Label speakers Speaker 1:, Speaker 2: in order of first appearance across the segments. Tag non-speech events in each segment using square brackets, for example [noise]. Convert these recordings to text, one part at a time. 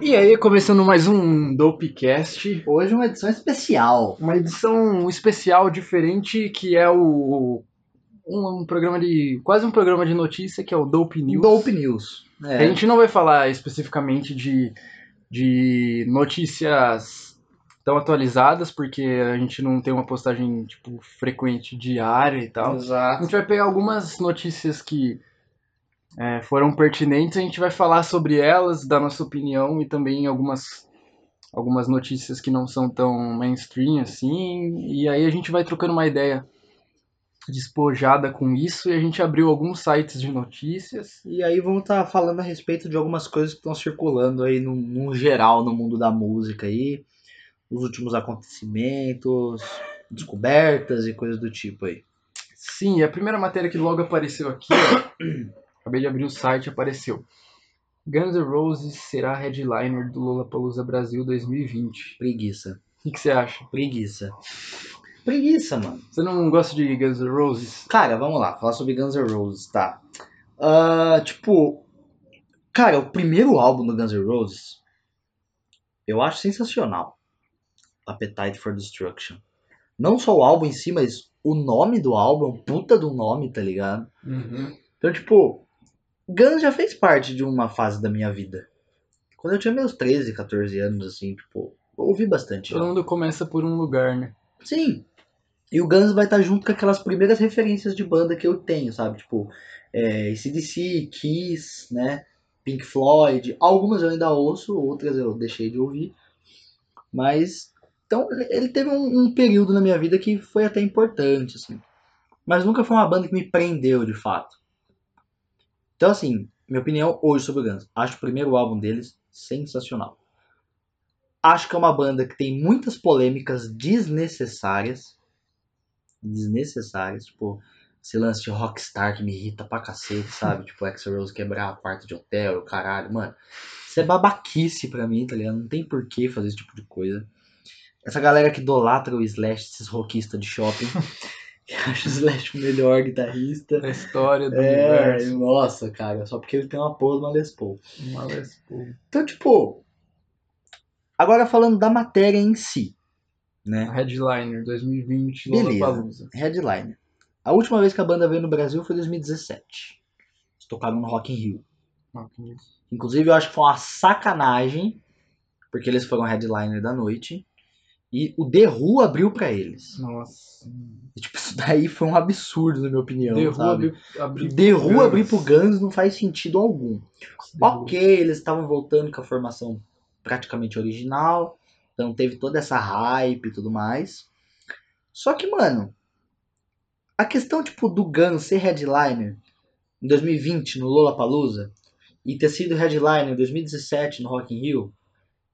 Speaker 1: E aí, começando mais um Dopecast,
Speaker 2: Hoje é uma edição especial.
Speaker 1: uma edição especial diferente que é o um, um programa de quase um programa de notícia que é o Dope News.
Speaker 2: Um Dope News. É.
Speaker 1: A gente não vai falar especificamente de, de notícias tão atualizadas, porque a gente não tem uma postagem tipo frequente diária e tal. A
Speaker 2: Exato.
Speaker 1: gente vai pegar algumas notícias que é, foram pertinentes, a gente vai falar sobre elas, dar nossa opinião e também algumas, algumas notícias que não são tão mainstream assim. E aí a gente vai trocando uma ideia despojada com isso e a gente abriu alguns sites de notícias.
Speaker 2: E aí vamos estar falando a respeito de algumas coisas que estão circulando aí no, no geral no mundo da música aí. Os últimos acontecimentos, descobertas e coisas do tipo aí.
Speaker 1: Sim, a primeira matéria que logo apareceu aqui, ó, [coughs] acabei de abrir o site, apareceu. Guns N' Roses será headliner do Lollapalooza Brasil 2020.
Speaker 2: Preguiça.
Speaker 1: O que que você acha?
Speaker 2: Preguiça. Preguiça, mano.
Speaker 1: Você não gosta de Guns N' Roses?
Speaker 2: Cara, vamos lá, falar sobre Guns N' Roses, tá? Ah, tipo, cara, o primeiro álbum do Guns N' Roses eu acho sensacional. Appetite for Destruction. Não só o álbum em si, mas o nome do álbum, é um puta do nome, tá ligado? Então, tipo, Guns já fez parte de uma fase da minha vida. Quando eu tinha meus 13, 14 anos, assim, tipo, eu ouvi bastante.
Speaker 1: Todo mundo começa por um lugar, né?
Speaker 2: Sim. E o Guns vai estar junto com aquelas primeiras referências de banda que eu tenho, sabe? Tipo, é, ACDC, Kiss, né? Pink Floyd. Algumas eu ainda ouço, outras eu deixei de ouvir. Mas, então, ele- ele teve um, um período na minha vida que foi até importante, assim. Mas nunca foi uma banda que me prendeu, de fato. Então, assim, minha opinião hoje sobre o Guns. Acho o primeiro álbum deles sensacional acho que é uma banda que tem muitas polêmicas desnecessárias. Desnecessárias, tipo, esse lance de rockstar que me irrita pra cacete, sabe? tipo, Axl Rose quebrar a quarto de hotel, o caralho, mano. Isso é babaquice pra mim, tá ligado? Não tem por que fazer esse tipo de coisa. Essa galera que idolatra o Slash, esses rockistas de shopping, [laughs] que acha o Slash o melhor guitarrista.
Speaker 1: Da história do
Speaker 2: É,
Speaker 1: universo. Um
Speaker 2: nossa, cara, só porque ele tem uma porra de uma Les Paul.
Speaker 1: Uma Les Paul.
Speaker 2: Então, tipo. Agora falando da matéria em si, né?
Speaker 1: Headliner 2020,
Speaker 2: Beleza.
Speaker 1: Lollapalooza.
Speaker 2: Headline. A última vez que a banda veio no Brasil foi em 2017. Eles tocaram no Rock in Rio.
Speaker 1: Não, que isso.
Speaker 2: Inclusive, eu acho que foi uma sacanagem, porque eles foram headliner da noite. E o The Who abriu pra eles.
Speaker 1: Nossa.
Speaker 2: E, tipo, isso daí foi um absurdo, na minha opinião.
Speaker 1: The Who
Speaker 2: sabe?
Speaker 1: abriu, abriu
Speaker 2: The Who
Speaker 1: Guns.
Speaker 2: abrir pro Guns não faz sentido algum.
Speaker 1: The Who.
Speaker 2: Ok, eles estavam voltando com a formação praticamente original, então teve toda essa hype e tudo mais. Só que, mano, a questão tipo do Gano ser headliner em 2020 no Lollapalooza e ter sido headliner em 2017 no Rock in Rio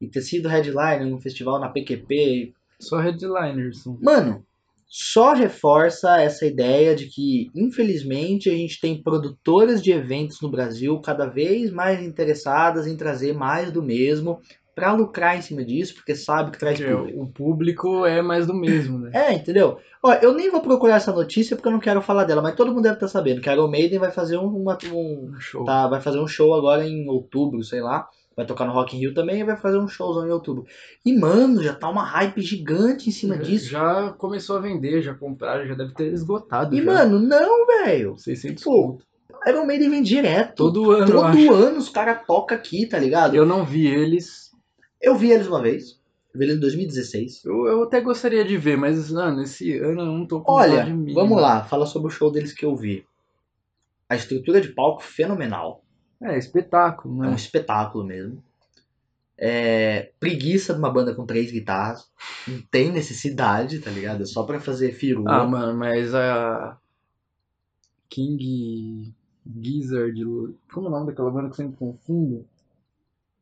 Speaker 2: e ter sido headliner num festival na PQP
Speaker 1: Só headliners. né? são.
Speaker 2: Mano, só reforça essa ideia de que, infelizmente, a gente tem produtoras de eventos no Brasil cada vez mais interessadas em trazer mais do mesmo pra lucrar em cima disso, porque sabe que traz
Speaker 1: Porque
Speaker 2: público.
Speaker 1: o público é mais do mesmo, né?
Speaker 2: É, entendeu? Ó, eu nem vou procurar essa notícia porque eu não quero falar dela, mas todo mundo deve estar sabendo que a Iron Maiden vai fazer um, uma- um-
Speaker 1: Um show.
Speaker 2: tá, vai fazer um show agora em outubro, sei lá. Vai tocar no Rock in Rio também e vai fazer um showzão em outubro. E, mano, já tá uma hype gigante em
Speaker 1: Uhum.
Speaker 2: cima disso.
Speaker 1: Já começou a vender, já compraram, já deve ter esgotado.
Speaker 2: E,
Speaker 1: já.
Speaker 2: mano, não, velho.
Speaker 1: 600
Speaker 2: Pô,
Speaker 1: conto.
Speaker 2: Iron Maiden vem direto.
Speaker 1: Todo ano, eu
Speaker 2: Todo
Speaker 1: acho.
Speaker 2: ano os caras tocam aqui, tá ligado? Eu...
Speaker 1: Eu não vi eles.
Speaker 2: vi eles uma vez. Eu vi eles em 2016.
Speaker 1: Eu, eu até gostaria de ver, mas, mano, esse ano eu não tô com
Speaker 2: Olha,
Speaker 1: vontade mínima.
Speaker 2: vamos lá, fala sobre o show deles que eu vi. A estrutura de palco fenomenal.
Speaker 1: É, espetáculo,
Speaker 2: É um
Speaker 1: né?
Speaker 2: espetáculo mesmo. É, preguiça de uma banda com três guitarras. Não tem necessidade, tá ligado? É só pra fazer
Speaker 1: Ah,
Speaker 2: firula.
Speaker 1: mano, mas a. King Gizzard. Como é o nome daquela banda que eu sempre confundo?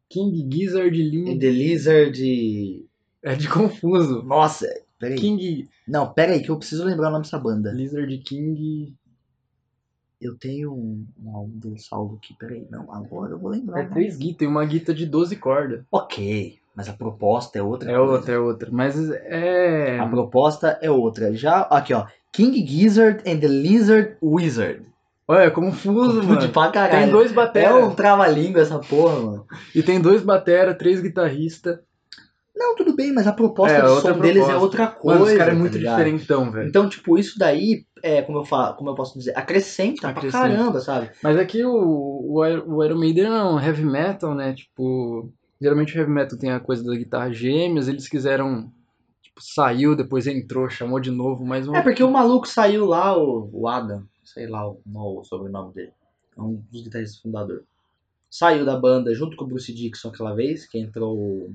Speaker 1: King Gizzard
Speaker 2: E
Speaker 1: Lin.
Speaker 2: The Lizard.
Speaker 1: É de confuso.
Speaker 2: Nossa, peraí.
Speaker 1: King.
Speaker 2: Não, peraí, que eu preciso lembrar o nome dessa banda.
Speaker 1: Lizard King.
Speaker 2: Eu tenho um, um álbum dele salvo aqui, peraí. Não, agora eu vou
Speaker 1: É
Speaker 2: lembrar. o nome.
Speaker 1: três guitas, tem uma guita de 12 cordas.
Speaker 2: Ok, mas a proposta é outra.
Speaker 1: É
Speaker 2: coisa.
Speaker 1: outra, é outra. Mas é.
Speaker 2: A proposta é outra. Já, aqui ó. King Gizzard and the Lizard Wizard.
Speaker 1: Olha, confuso,
Speaker 2: Confunde
Speaker 1: mano.
Speaker 2: pra caralho.
Speaker 1: Tem dois
Speaker 2: É
Speaker 1: batera.
Speaker 2: um trava-língua essa porra, mano.
Speaker 1: E tem dois batera, três guitarristas.
Speaker 2: Não, tudo bem, mas a proposta
Speaker 1: É,
Speaker 2: do som
Speaker 1: outra
Speaker 2: deles é
Speaker 1: proposta.
Speaker 2: outra coisa.
Speaker 1: Mano, os caras é
Speaker 2: tá
Speaker 1: muito
Speaker 2: ligado?
Speaker 1: diferentão, velho.
Speaker 2: Então, tipo, isso daí, é, como, eu falo, como eu posso dizer, acrescenta,
Speaker 1: Acrescenta.
Speaker 2: pra caramba, sabe?
Speaker 1: Mas aqui o, o, Iron- o Iron Maiden é um heavy metal, né? Tipo, geralmente o heavy metal tem a coisa da guitarra gêmeas, eles quiseram. Tipo, saiu, depois entrou, chamou de novo, mais um.
Speaker 2: É porque o maluco saiu lá, o, o Adam, sei lá o, o sobrenome dele, é um dos guitarristas fundador. Saiu da banda junto com o Bruce Dixon aquela vez, que entrou. o-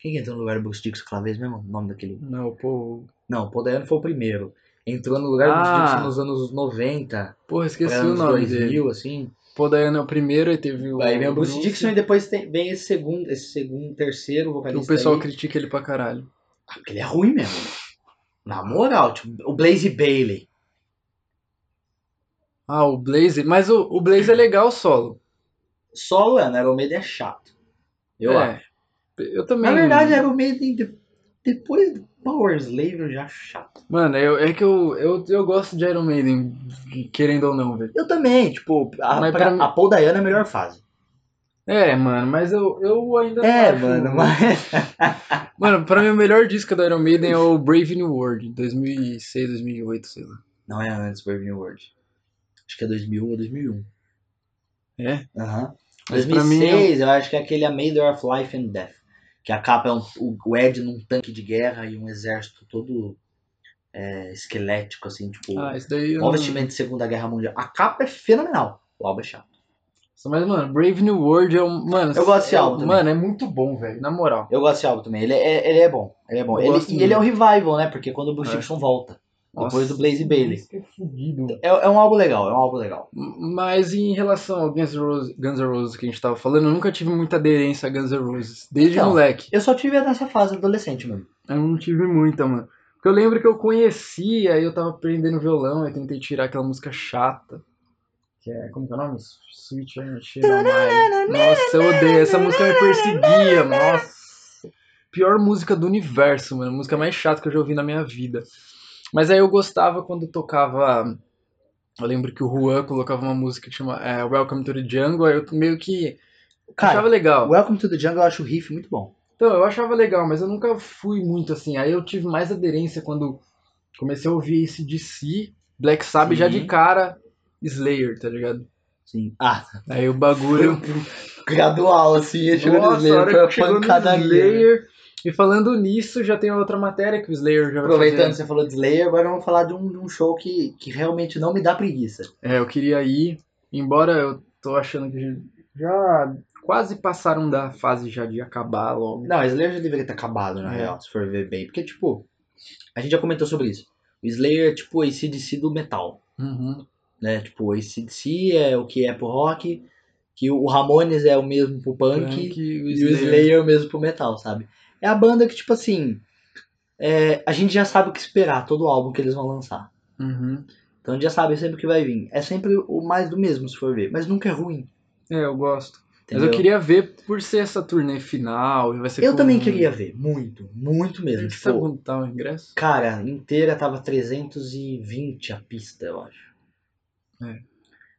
Speaker 2: Quem que entrou no lugar do Bruce Dixon aquela vez mesmo? O nome daquele.
Speaker 1: Não, pô.
Speaker 2: Não, o Paul Dayano foi o primeiro. Entrou no lugar do
Speaker 1: Ah.
Speaker 2: Bruce Dixon nos anos 90,
Speaker 1: Porra, esqueci
Speaker 2: pra
Speaker 1: o
Speaker 2: anos
Speaker 1: nome
Speaker 2: 2000,
Speaker 1: dele.
Speaker 2: assim.
Speaker 1: Pô, Dayano é o primeiro, aí teve o.
Speaker 2: Aí vem o Bruce
Speaker 1: Bruce,
Speaker 2: Dixon e depois tem- vem esse segundo, esse segundo, terceiro
Speaker 1: que
Speaker 2: vocalista.
Speaker 1: O pessoal
Speaker 2: aí.
Speaker 1: critica ele pra caralho.
Speaker 2: Ah, porque ele é ruim mesmo. Na moral, tipo, o Blaze Bailey.
Speaker 1: Ah, o Blaze. Mas o, o Blaze é legal solo.
Speaker 2: Solo é, né? Iron Maiden é chato. Eu acho.
Speaker 1: é. Eu também.
Speaker 2: Na verdade, é. Iron Maiden, de- depois do Power Slave, eu já acho chato.
Speaker 1: Mano, eu, é que eu, eu, eu gosto de Iron Maiden, querendo ou não, velho.
Speaker 2: Eu também, tipo, a,
Speaker 1: Mas
Speaker 2: pra-
Speaker 1: pra mim-
Speaker 2: a Paul Dayana é a melhor fase.
Speaker 1: É, mano, mas eu, eu ainda não
Speaker 2: É,
Speaker 1: acho- um
Speaker 2: mano,
Speaker 1: [laughs]
Speaker 2: mas...
Speaker 1: Mano, pra mim o melhor disco da Iron Maiden é o Brave New World, 2006, 2008, sei lá.
Speaker 2: Não é antes do Brave New World. Acho que é 2001 ou 2001.
Speaker 1: É?
Speaker 2: Aham.
Speaker 1: Mas pra mim um
Speaker 2: 2006, eu acho que é aquele A Matter of Life and Death. Que a capa é um, o- o Ed num tanque de guerra e um exército todo é, esquelético, assim, tipo...
Speaker 1: Ah, isso daí eu
Speaker 2: Mó
Speaker 1: não...
Speaker 2: vestimento de Segunda Guerra Mundial. A capa é fenomenal. O álbum é chato.
Speaker 1: Mas, mano, Brave New World é um... Mano,
Speaker 2: Eu gosto desse
Speaker 1: é-
Speaker 2: álbum também.
Speaker 1: Mano, é muito bom, velho, na moral.
Speaker 2: Eu gosto desse álbum também. Ele é, ele é bom. Ele é bom.
Speaker 1: Eu
Speaker 2: Ele,
Speaker 1: gosto
Speaker 2: e ele é um revival, né? Porque quando o Bruce
Speaker 1: É.
Speaker 2: Dixon volta. Depois
Speaker 1: Nossa,
Speaker 2: do Blaze Bailey.
Speaker 1: isso que é fudido.
Speaker 2: É, é um álbum legal, é um álbum legal.
Speaker 1: Mas em relação ao Guns N' Roses, Guns N' Roses que a gente tava falando, eu nunca tive muita aderência a Guns N' Roses, desde
Speaker 2: Então.
Speaker 1: moleque.
Speaker 2: Eu só tive nessa fase adolescente mesmo.
Speaker 1: Eu não tive muita, mano. Porque eu lembro que eu conheci, aí eu tava aprendendo violão, aí tentei tirar aquela música chata. Que é, como que é o nome? Sweet and China Mais. Nossa, eu odeio. Essa música me perseguia, nossa. Pior música do universo, mano. A música mais chata que eu já ouvi na minha vida. Mas aí eu gostava quando tocava. Eu lembro que o Juan colocava uma música que chama é, Welcome to the Jungle, aí eu meio que achava
Speaker 2: Cara,
Speaker 1: legal.
Speaker 2: Welcome to the Jungle eu acho o riff muito bom.
Speaker 1: Então, eu achava legal, mas eu nunca fui muito assim. Aí eu tive mais aderência quando comecei a ouvir esse DC, Black Sabbath,
Speaker 2: Sim.
Speaker 1: já de cara, Slayer, tá ligado?
Speaker 2: Sim. [laughs] Ah,
Speaker 1: Aí o bagulho.
Speaker 2: gradual,
Speaker 1: [laughs]
Speaker 2: assim, eu chego no
Speaker 1: Nossa, a
Speaker 2: Slayer,
Speaker 1: hora
Speaker 2: foi
Speaker 1: que chegou
Speaker 2: a
Speaker 1: no
Speaker 2: pancada ali.
Speaker 1: Slayer. E falando nisso, já tem outra matéria que o Slayer já vai
Speaker 2: Aproveitando que
Speaker 1: fazer.
Speaker 2: você falou de Slayer, agora vamos falar de um, de um show que, que realmente não me dá preguiça.
Speaker 1: É, eu queria ir, embora eu tô achando que já quase passaram da fase já de acabar logo.
Speaker 2: Não, o Slayer já deveria ter acabado, na
Speaker 1: É.
Speaker 2: real, se for ver bem. Porque, tipo, a gente já comentou sobre isso. O Slayer é tipo o ACDC do metal,
Speaker 1: Uhum.
Speaker 2: né? Tipo, o ACDC é o que é pro rock, que o Ramones é o mesmo pro punk,
Speaker 1: Punk, o
Speaker 2: e o
Speaker 1: Slayer.
Speaker 2: Slayer é o mesmo pro metal, sabe? É a banda que, tipo assim, é, a gente já sabe o que esperar, todo álbum que eles vão lançar.
Speaker 1: Uhum.
Speaker 2: Então a gente já sabe sempre o que vai vir. É sempre o mais do mesmo, se for ver. Mas nunca é ruim,
Speaker 1: É, eu gosto. Mas
Speaker 2: entendeu?
Speaker 1: eu queria ver por ser essa turnê final. e Vai ser
Speaker 2: Eu
Speaker 1: com-
Speaker 2: também queria ver, muito, muito
Speaker 1: A
Speaker 2: mesmo.
Speaker 1: gente sabe
Speaker 2: Tipo,
Speaker 1: quanto tá o ingresso?
Speaker 2: Cara, inteira tava 320 a pista, eu acho.
Speaker 1: É.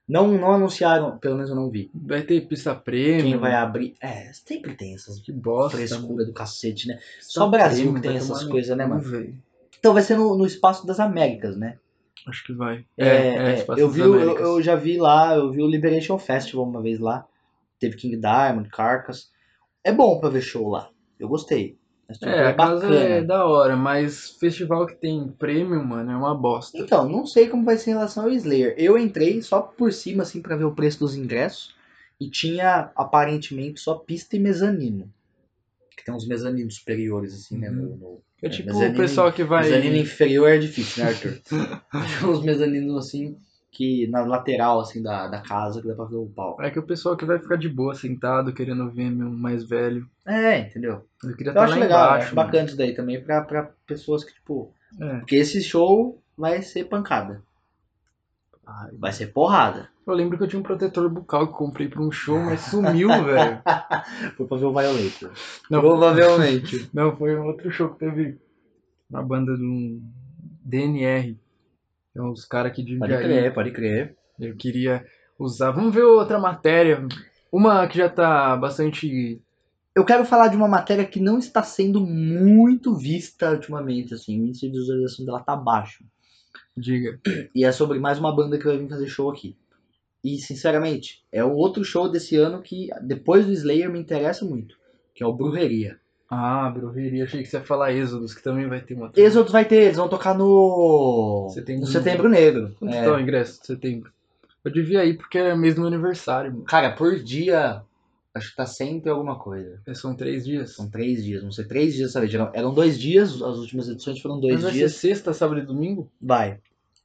Speaker 2: Não, não anunciaram, pelo menos eu não vi.
Speaker 1: Vai ter pista
Speaker 2: Quem
Speaker 1: prêmio.
Speaker 2: vai abrir. É, sempre tem essas
Speaker 1: Que bosta.
Speaker 2: frescura do cacete, né?
Speaker 1: Pista
Speaker 2: Só o Brasil
Speaker 1: prêmio,
Speaker 2: que tem
Speaker 1: vai tomar
Speaker 2: essas
Speaker 1: no
Speaker 2: coisas, né,
Speaker 1: cu,
Speaker 2: mano?
Speaker 1: velho.
Speaker 2: Então vai ser no, no Espaço das Américas, né?
Speaker 1: Acho que vai. É, tipo Espaço
Speaker 2: É, eu
Speaker 1: das
Speaker 2: vi, o- eu,
Speaker 1: Américas.
Speaker 2: eu já vi lá, eu vi o Liberation Festival uma vez lá. Teve King Diamond, Carcass. É bom pra ver show lá. Eu gostei. A estrutura
Speaker 1: É, a casa
Speaker 2: tipo, bacana.
Speaker 1: é da hora, mas festival que tem prêmio, mano, é uma bosta.
Speaker 2: Então, não sei como vai ser em relação ao Slayer. Eu entrei só por cima, assim, pra ver o preço dos ingressos. E tinha, aparentemente, só pista e mezanino. Que tem uns mezaninos superiores, assim, né? No, no-
Speaker 1: É tipo
Speaker 2: mezanino-
Speaker 1: o pessoal que vai.
Speaker 2: Mezanino inferior é difícil, né, Arthur? [laughs] Tem uns mezaninos, assim, que na lateral, assim, da, da casa, que dá pra ver o pau.
Speaker 1: É que o pessoal que vai ficar de boa sentado querendo ver meu mais velho.
Speaker 2: É, entendeu?
Speaker 1: Eu queria
Speaker 2: Eu
Speaker 1: estar
Speaker 2: acho
Speaker 1: lá
Speaker 2: legal,
Speaker 1: embaixo.
Speaker 2: acho bacana isso daí também pra, pra pessoas que, tipo...
Speaker 1: É.
Speaker 2: Porque esse show vai ser pancada.
Speaker 1: mano.
Speaker 2: Ah,
Speaker 1: Ai,
Speaker 2: Vai ser porrada.
Speaker 1: Eu lembro que eu tinha um protetor bucal que eu comprei pra um show, mas
Speaker 2: [laughs]
Speaker 1: sumiu, velho.
Speaker 2: Foi pra ver o Violator.
Speaker 1: Não.
Speaker 2: Provavelmente.
Speaker 1: Não, foi um outro show que teve na um banda do DNR. É uns caras aqui de
Speaker 2: [laughs] Pode
Speaker 1: Jundiaí.
Speaker 2: crer, pode crer.
Speaker 1: Eu queria usar. Vamos ver outra matéria. Uma que já tá bastante.
Speaker 2: Eu quero falar de uma matéria que não está sendo muito vista ultimamente, assim, o índice de visualização dela tá baixo.
Speaker 1: Diga.
Speaker 2: E é sobre mais uma banda que vai vir fazer show aqui. E, sinceramente, é o outro show desse ano que, depois do Slayer, me interessa muito, que é o Brujeria.
Speaker 1: Ah, Brujeria, achei que você ia falar Êxodos, que também vai ter uma. turma.
Speaker 2: Exodus vai ter, eles vão tocar no
Speaker 1: Setembro
Speaker 2: no
Speaker 1: Negro.
Speaker 2: Setembro Negro.
Speaker 1: Quanto
Speaker 2: É.
Speaker 1: tá o ingresso de setembro? Eu devia ir porque é mesmo meu aniversário, mano.
Speaker 2: Cara, por dia, acho que tá sempre alguma coisa.
Speaker 1: São três dias.
Speaker 2: São três dias, vão ser três dias, sabe? Geral- Eram dois dias, as últimas edições foram dois
Speaker 1: Mas vai
Speaker 2: dias.
Speaker 1: ser sexta, sábado e domingo?
Speaker 2: Vai.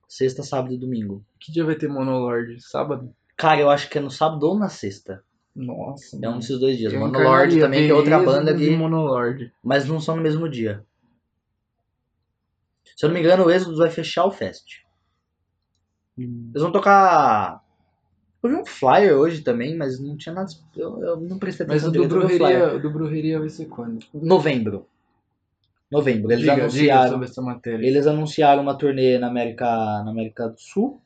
Speaker 2: Sexta, sábado e domingo.
Speaker 1: Que dia vai ter Monolord? Sábado?
Speaker 2: Cara, eu acho que é no sábado ou na sexta.
Speaker 1: Nossa.
Speaker 2: É um
Speaker 1: mano.
Speaker 2: desses dois dias.
Speaker 1: Eu
Speaker 2: Monolord
Speaker 1: encarnaria
Speaker 2: também, que é outra
Speaker 1: Beleza
Speaker 2: banda
Speaker 1: de
Speaker 2: que.
Speaker 1: Monolord.
Speaker 2: Mas não são no mesmo dia. Se eu não me engano, o Exodus vai fechar o Fest. Eles vão tocar. Eu vi um flyer hoje também, mas não tinha nada. Eu, eu não prestei
Speaker 1: Mas
Speaker 2: atenção
Speaker 1: o do
Speaker 2: direito no flyer.
Speaker 1: Brujeria, o do Brujeria vai ser quando?
Speaker 2: Novembro. Novembro. Eles
Speaker 1: diga, diga
Speaker 2: anunciaram.
Speaker 1: sobre essa matéria.
Speaker 2: Eles anunciaram uma turnê na América, na América do Sul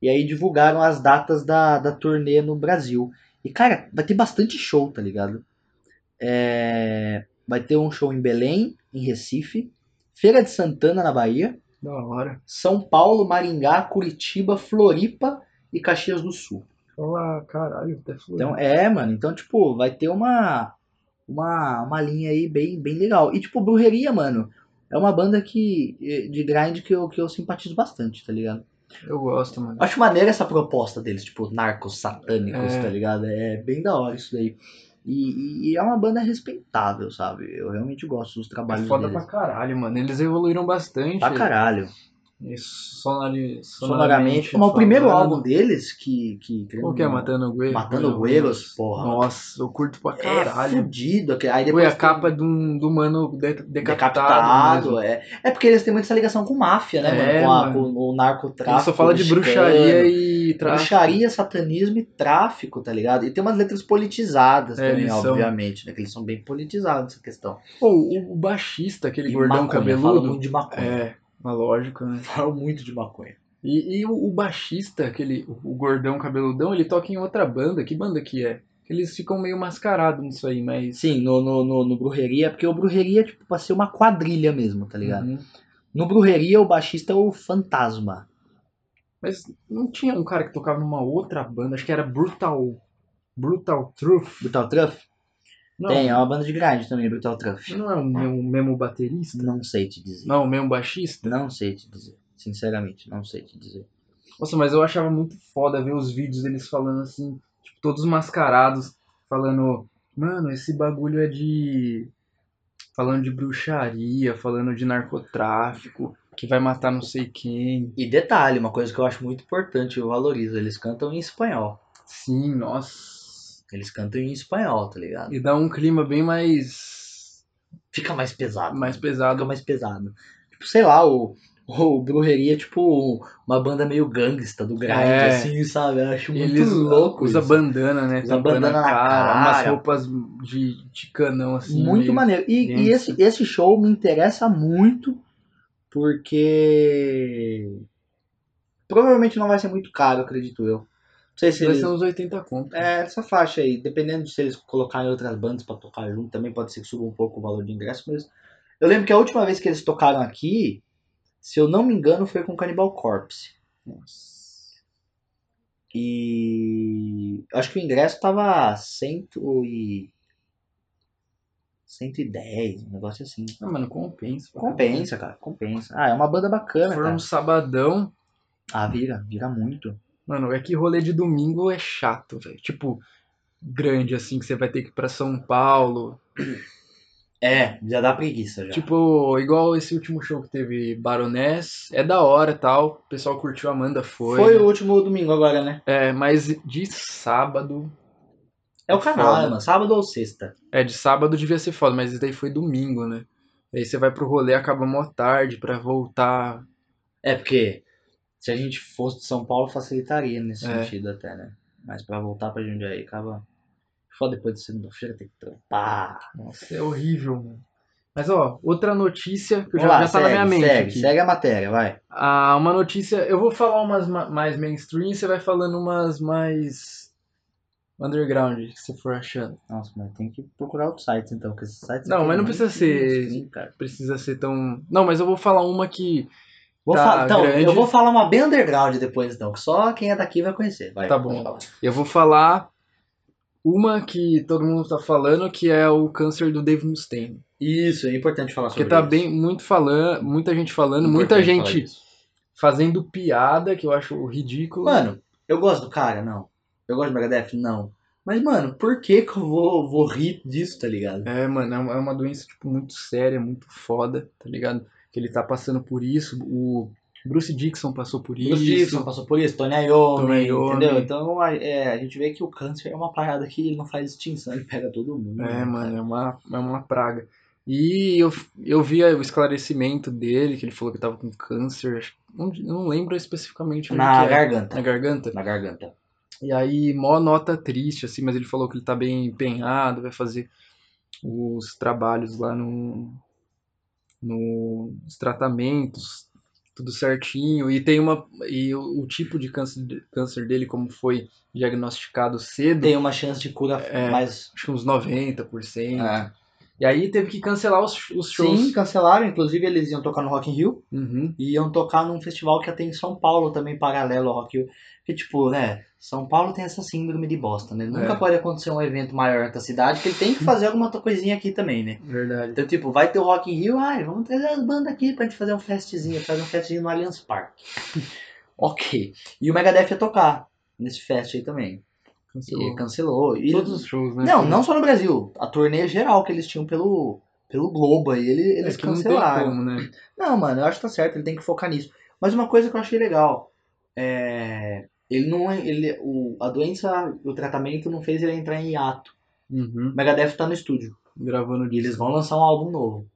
Speaker 2: e aí divulgaram as datas da, da turnê no Brasil. E cara, vai ter bastante show, tá ligado? É, vai ter um show em Belém, em Recife, Feira de Santana, na Bahia,
Speaker 1: Da hora.
Speaker 2: São Paulo, Maringá, Curitiba, Floripa e Caxias do Sul.
Speaker 1: Fala, caralho, tá até fui.
Speaker 2: Então, é, mano, então, tipo, vai ter uma, uma, uma linha aí bem, bem legal. E, tipo, Brujeria, mano, é uma banda que, eh, de grind que eu, que eu simpatizo bastante, tá ligado?
Speaker 1: Eu gosto, mano.
Speaker 2: Acho maneira essa proposta deles, tipo, narcos satânicos,
Speaker 1: É.
Speaker 2: tá ligado? É bem da hora isso daí. E, e- e é uma banda respeitável, sabe? Eu realmente gosto dos
Speaker 1: É
Speaker 2: trabalhos
Speaker 1: foda
Speaker 2: deles.
Speaker 1: pra caralho, mano. Eles evoluíram bastante.
Speaker 2: Pra caralho.
Speaker 1: E sonori-
Speaker 2: Sonoramente.
Speaker 1: sonoramente.
Speaker 2: Mas o primeiro
Speaker 1: falando.
Speaker 2: álbum deles, que... que
Speaker 1: Qual que é? Matando o Guerreiros?
Speaker 2: Matando Guerreiros, porra.
Speaker 1: Nossa, eu curto pra
Speaker 2: É
Speaker 1: caralho.
Speaker 2: fudido. aquele- Aí
Speaker 1: Foi
Speaker 2: depois
Speaker 1: a
Speaker 2: tem-
Speaker 1: capa de um, do mano de- decapitado.
Speaker 2: decapitado, é. É porque eles têm muito essa ligação com máfia, né,
Speaker 1: É,
Speaker 2: mano? Com, a-
Speaker 1: mano.
Speaker 2: com o narcotráfico.
Speaker 1: Ele só fala de
Speaker 2: mexicano.
Speaker 1: bruxaria e tráfico.
Speaker 2: Bruxaria, satanismo e tráfico, tá ligado? E tem umas letras politizadas
Speaker 1: É,
Speaker 2: também,
Speaker 1: eles são.
Speaker 2: obviamente, né? Que eles são bem politizados essa questão.
Speaker 1: Pô, o, o baixista, aquele
Speaker 2: E
Speaker 1: gordão
Speaker 2: maconha, Fala
Speaker 1: cabeludo.
Speaker 2: muito de maconha.
Speaker 1: É, mas lógico, né?
Speaker 2: Fala muito de maconha.
Speaker 1: E, e o, o baixista, aquele, o gordão cabeludão, ele toca em outra banda. Que banda que é? Eles ficam meio mascarados nisso aí, mas.
Speaker 2: Sim, no, no, no, no Brujeria, porque o Brujeria, tipo, pra ser uma quadrilha mesmo, tá ligado?
Speaker 1: Uhum.
Speaker 2: No Brujeria, o baixista é o Fantasma.
Speaker 1: Mas não tinha um cara que tocava numa outra banda, acho que era Brutal. Brutal Truth.
Speaker 2: Brutal Truff?
Speaker 1: Não,
Speaker 2: Tem, é uma banda de grade também, Brutal Truff.
Speaker 1: não é o mesmo, mesmo baterista?
Speaker 2: Não sei te dizer.
Speaker 1: Não, o mesmo baixista?
Speaker 2: Não sei te dizer. Sinceramente, não sei te dizer.
Speaker 1: Nossa, mas eu achava muito foda ver os vídeos deles falando assim, tipo, todos mascarados, falando, mano, esse bagulho é de. Falando de bruxaria, falando de narcotráfico, que vai matar não sei quem.
Speaker 2: E detalhe, uma coisa que eu acho muito importante, eu valorizo, eles cantam em espanhol.
Speaker 1: Sim, nossa.
Speaker 2: Eles cantam em espanhol, tá ligado?
Speaker 1: E dá um clima bem mais.
Speaker 2: Fica mais pesado.
Speaker 1: mais
Speaker 2: Fica
Speaker 1: pesado.
Speaker 2: mais pesado. Tipo, sei lá, o, o Brujeria é tipo uma banda meio gangsta do grind,
Speaker 1: É.
Speaker 2: assim, sabe? Eu acho muito
Speaker 1: Eles
Speaker 2: louco
Speaker 1: usa
Speaker 2: isso.
Speaker 1: bandana, né?
Speaker 2: Usa
Speaker 1: Tampando
Speaker 2: bandana
Speaker 1: a
Speaker 2: na cara.
Speaker 1: umas roupas de, de canão, assim.
Speaker 2: muito
Speaker 1: meio-
Speaker 2: maneiro. E, e
Speaker 1: gangsta.
Speaker 2: esse, esse show me interessa muito, porque provavelmente não vai ser muito caro, acredito eu. Não sei se
Speaker 1: Vai
Speaker 2: eles...
Speaker 1: ser uns 80 conto.
Speaker 2: É, essa faixa aí, dependendo de se eles colocarem outras bandas pra tocar junto, também pode ser que suba um pouco o valor de ingresso, mas eu lembro que a última vez que eles tocaram aqui, se eu não me engano, foi com Cannibal Corpse.
Speaker 1: Nossa.
Speaker 2: E acho que o ingresso tava cento e 110, um negócio assim.
Speaker 1: Ah, mano, compensa.
Speaker 2: Compensa, cara, compensa. Ah, é uma banda bacana,
Speaker 1: Foi
Speaker 2: cara.
Speaker 1: um sabadão.
Speaker 2: Ah, vira, vira muito.
Speaker 1: Mano, é que rolê de domingo é chato, velho. Tipo, grande, assim, que você vai ter que ir pra São Paulo.
Speaker 2: É, já dá preguiça já.
Speaker 1: Tipo, igual esse último show que teve Baroness. É da hora tal. O pessoal curtiu Amanda, foi.
Speaker 2: foi né? o último domingo agora, né?
Speaker 1: É, mas de sábado.
Speaker 2: É o canal,
Speaker 1: Foda.
Speaker 2: né, mano? Sábado ou sexta?
Speaker 1: É, de sábado devia ser foda, mas isso daí foi domingo, né? Aí você vai pro rolê, acaba mó tarde pra voltar.
Speaker 2: É porque se a gente fosse de São Paulo facilitaria nesse
Speaker 1: É.
Speaker 2: sentido até, né? Mas pra voltar pra Jundiaí acaba. Foda depois de segunda-feira tem que trampar.
Speaker 1: Nossa, é horrível, mano. Mas, ó, outra notícia que
Speaker 2: Vamos
Speaker 1: já,
Speaker 2: lá,
Speaker 1: já tá na
Speaker 2: segue,
Speaker 1: minha mente
Speaker 2: segue,
Speaker 1: aqui.
Speaker 2: segue a matéria, vai.
Speaker 1: Ah, uma notícia. Eu vou falar umas ma- mais mainstream, você vai falando umas mais underground, se você for achando.
Speaker 2: Nossa, mas tem que procurar outros sites então, porque esses sites.
Speaker 1: Não,
Speaker 2: aqui
Speaker 1: mas não
Speaker 2: é
Speaker 1: precisa
Speaker 2: muito
Speaker 1: ser-
Speaker 2: mainstream, cara.
Speaker 1: Precisa ser tão. Não, mas eu vou falar uma que.
Speaker 2: Vou
Speaker 1: Tá,
Speaker 2: falar- então,
Speaker 1: grande.
Speaker 2: eu vou falar uma bem underground depois, então, que só quem é daqui vai conhecer. Vai,
Speaker 1: Tá
Speaker 2: pode
Speaker 1: bom.
Speaker 2: falar.
Speaker 1: Eu vou falar uma que todo mundo tá falando, que é o câncer do Dave Mustaine.
Speaker 2: Isso, é importante falar sobre
Speaker 1: Porque tá
Speaker 2: isso.
Speaker 1: bem muito falando, muita gente falando, muita
Speaker 2: Importante falar
Speaker 1: gente
Speaker 2: disso.
Speaker 1: fazendo piada, que eu acho ridículo.
Speaker 2: Mano, eu gosto do cara? Não. Eu gosto do Megadeth? Não. Mas, mano, por que que eu vou, vou rir disso, tá ligado?
Speaker 1: É, mano, é uma- é uma doença, tipo, muito séria, muito foda, tá ligado? Que ele tá passando por isso. O Bruce Dixon passou por
Speaker 2: Bruce
Speaker 1: isso.
Speaker 2: Dixon passou por isso, Tony Iommi,
Speaker 1: Tony Iommi.
Speaker 2: entendeu? Então a, é, a gente vê que o câncer é uma parada que ele não faz distinção, ele pega todo mundo.
Speaker 1: É,
Speaker 2: né,
Speaker 1: mano, é uma, é uma praga. E eu, eu vi o esclarecimento dele, que ele falou que tava com câncer. acho- Não, não lembro especificamente
Speaker 2: cara?
Speaker 1: onde que
Speaker 2: Na
Speaker 1: é. Na
Speaker 2: garganta.
Speaker 1: garganta.
Speaker 2: Na garganta.
Speaker 1: E aí, mó nota triste, assim, mas ele falou que ele tá bem empenhado, vai fazer os trabalhos lá no, no, os tratamentos, tudo certinho. E tem uma. E o, o tipo de câncer, câncer dele, como foi diagnosticado cedo,
Speaker 2: Tem uma chance de cura mais.
Speaker 1: acho que uns 90%.
Speaker 2: É.
Speaker 1: E aí teve que cancelar os, os shows.
Speaker 2: Sim, cancelaram. Inclusive, eles iam tocar no Rock in Rio
Speaker 1: Uhum.
Speaker 2: e iam tocar num festival que tem em São Paulo também, paralelo ao Rock in Rio. Que, tipo, né? São Paulo tem essa síndrome de bosta, né? Nunca
Speaker 1: É.
Speaker 2: pode acontecer um evento maior que a cidade, que ele tem que fazer alguma outra coisinha aqui também, né?
Speaker 1: Verdade.
Speaker 2: Então, tipo, vai ter o Rock in Rio, ai, vamos trazer as bandas aqui pra gente fazer um festzinho, fazer um festzinho no Allianz Parque. [laughs] ok. E o Megadeth ia tocar nesse fest aí também. E
Speaker 1: Cancelou.
Speaker 2: cancelou. E
Speaker 1: Todos os shows, né?
Speaker 2: Não, não só no Brasil. A turnê geral que eles tinham pelo, pelo Globo aí, ele- eles
Speaker 1: É que não tem
Speaker 2: cancelaram.
Speaker 1: como, né?
Speaker 2: Não, mano, eu acho que tá certo, ele tem que focar nisso. Mas uma coisa que eu achei legal, é... Ele não, é- ele, o, a doença, o tratamento não fez ele entrar em hiato.
Speaker 1: Uhum.
Speaker 2: O Megadeth tá no estúdio
Speaker 1: Gravando
Speaker 2: e eles
Speaker 1: disco.
Speaker 2: vão lançar um álbum novo.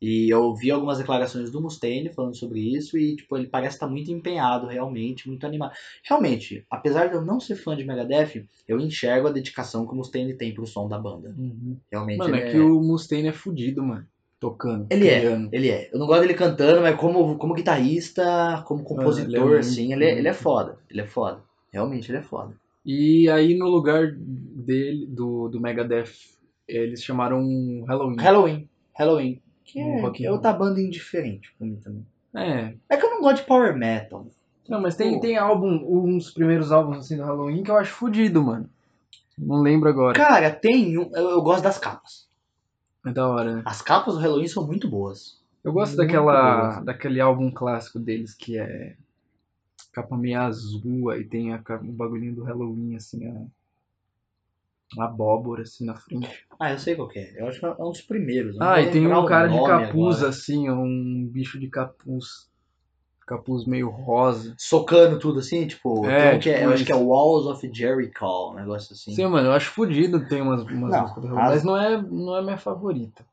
Speaker 2: E eu ouvi algumas declarações do Mustaine falando sobre isso e, tipo, ele parece estar muito empenhado, realmente, muito animado. Realmente, apesar de eu não ser fã de Megadeth, eu enxergo a dedicação que o Mustaine tem pro som da banda.
Speaker 1: Uhum.
Speaker 2: Realmente,
Speaker 1: Mano,
Speaker 2: ele
Speaker 1: é que o Mustaine é fudido, mano. Tocando.
Speaker 2: Ele é,
Speaker 1: criando.
Speaker 2: ele é. Eu não gosto dele cantando, mas como, como guitarrista, como compositor,
Speaker 1: ele é muito,
Speaker 2: assim, ele, é- ele é
Speaker 1: muito.
Speaker 2: foda. Ele é foda. Realmente, ele é foda.
Speaker 1: E aí no lugar dele, do, do Megadeth, eles chamaram um Halloween.
Speaker 2: Halloween. Halloween. Que
Speaker 1: Um rock and
Speaker 2: é, é
Speaker 1: roll.
Speaker 2: outra banda indiferente pra mim também.
Speaker 1: É. tipo,
Speaker 2: É que eu não gosto de power metal.
Speaker 1: Não, mas tem,
Speaker 2: Pô.
Speaker 1: tem álbum, uns primeiros álbuns assim do Halloween que eu acho fudido, mano. Não lembro agora.
Speaker 2: Cara, tem um... Eu, eu gosto das capas.
Speaker 1: É da hora, né?
Speaker 2: As capas do Halloween são muito boas.
Speaker 1: Eu gosto
Speaker 2: Muito
Speaker 1: daquela,
Speaker 2: boas.
Speaker 1: daquele álbum clássico deles que é capa meio azul, aí tem a, ca- o bagulhinho do Halloween, assim, a, a abóbora, assim, na frente.
Speaker 2: Ah, eu sei qual que é. Eu acho que é um dos primeiros. eu não
Speaker 1: Ah,
Speaker 2: vou
Speaker 1: e tem
Speaker 2: lembrar
Speaker 1: um
Speaker 2: o
Speaker 1: cara de
Speaker 2: nome
Speaker 1: capuz,
Speaker 2: agora.
Speaker 1: assim, um bicho de capuz. Capuz meio rosa.
Speaker 2: Socando tudo assim, tipo...
Speaker 1: É,
Speaker 2: tem um que
Speaker 1: tipo
Speaker 2: eu acho que é
Speaker 1: isso.
Speaker 2: Walls of Jericho, um negócio assim.
Speaker 1: Sim, mano, eu acho fodido tem umas, umas
Speaker 2: Não,
Speaker 1: músicas do
Speaker 2: as-
Speaker 1: Halloween, mas não é, não é minha favorita.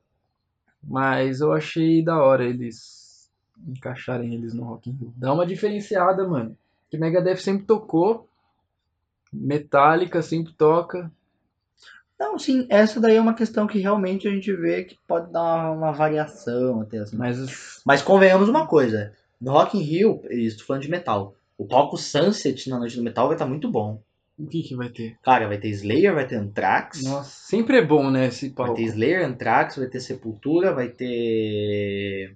Speaker 1: Mas eu achei da hora eles encaixarem eles no Rock in Rio. Dá uma diferenciada, mano. Que Megadeth sempre tocou, Metallica sempre toca.
Speaker 2: Não, sim, essa daí é uma questão que realmente a gente vê que pode dar uma, uma variação até assim.
Speaker 1: Mas os-
Speaker 2: Mas convenhamos uma coisa, no Rock in Rio, estou falando de metal, o palco Sunset na noite do metal vai estar muito bom.
Speaker 1: o que que vai ter?
Speaker 2: Cara, vai ter Slayer, vai ter Anthrax,
Speaker 1: Nossa, sempre é bom, né, esse
Speaker 2: vai
Speaker 1: palco.
Speaker 2: ter Slayer, Anthrax, vai ter Sepultura, vai ter...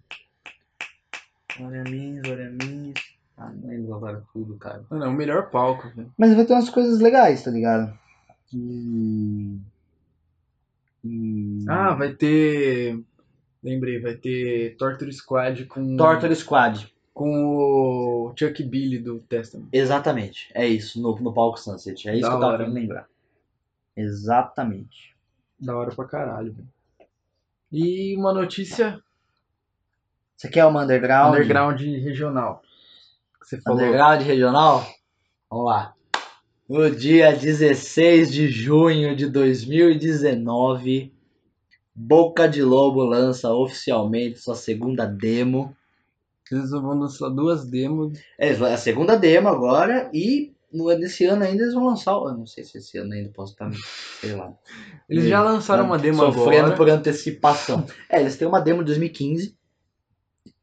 Speaker 2: Olha mim, olha mim... Ah, não lembro agora tudo, cara.
Speaker 1: Mano, é o melhor palco, velho.
Speaker 2: Mas vai ter umas coisas legais, tá ligado? E... e...
Speaker 1: Ah, vai ter... Lembrei, vai ter Torture Squad com,
Speaker 2: Torture Squad.
Speaker 1: com o Chuck Billy do Testament.
Speaker 2: Exatamente. É isso, no, no palco Sunset. É isso
Speaker 1: Da
Speaker 2: que eu tava
Speaker 1: hora.
Speaker 2: querendo lembrar. Exatamente.
Speaker 1: Da hora pra caralho, velho. E uma notícia
Speaker 2: Você quer uma underground?
Speaker 1: underground é regional. Que você falou.
Speaker 2: Underground regional? Vamos lá. No dia 16 de junho de 2019, Boca de Lobo lança oficialmente sua segunda demo.
Speaker 1: Eles vão lançar duas demos.
Speaker 2: É, a segunda demo agora e não é desse ano ainda, eles vão lançar. Eu não sei se esse ano ainda posso estar. Sei lá.
Speaker 1: Eles já lançaram uma demo
Speaker 2: tá Sofrendo
Speaker 1: agora.
Speaker 2: por antecipação. é, eles têm uma demo de 2015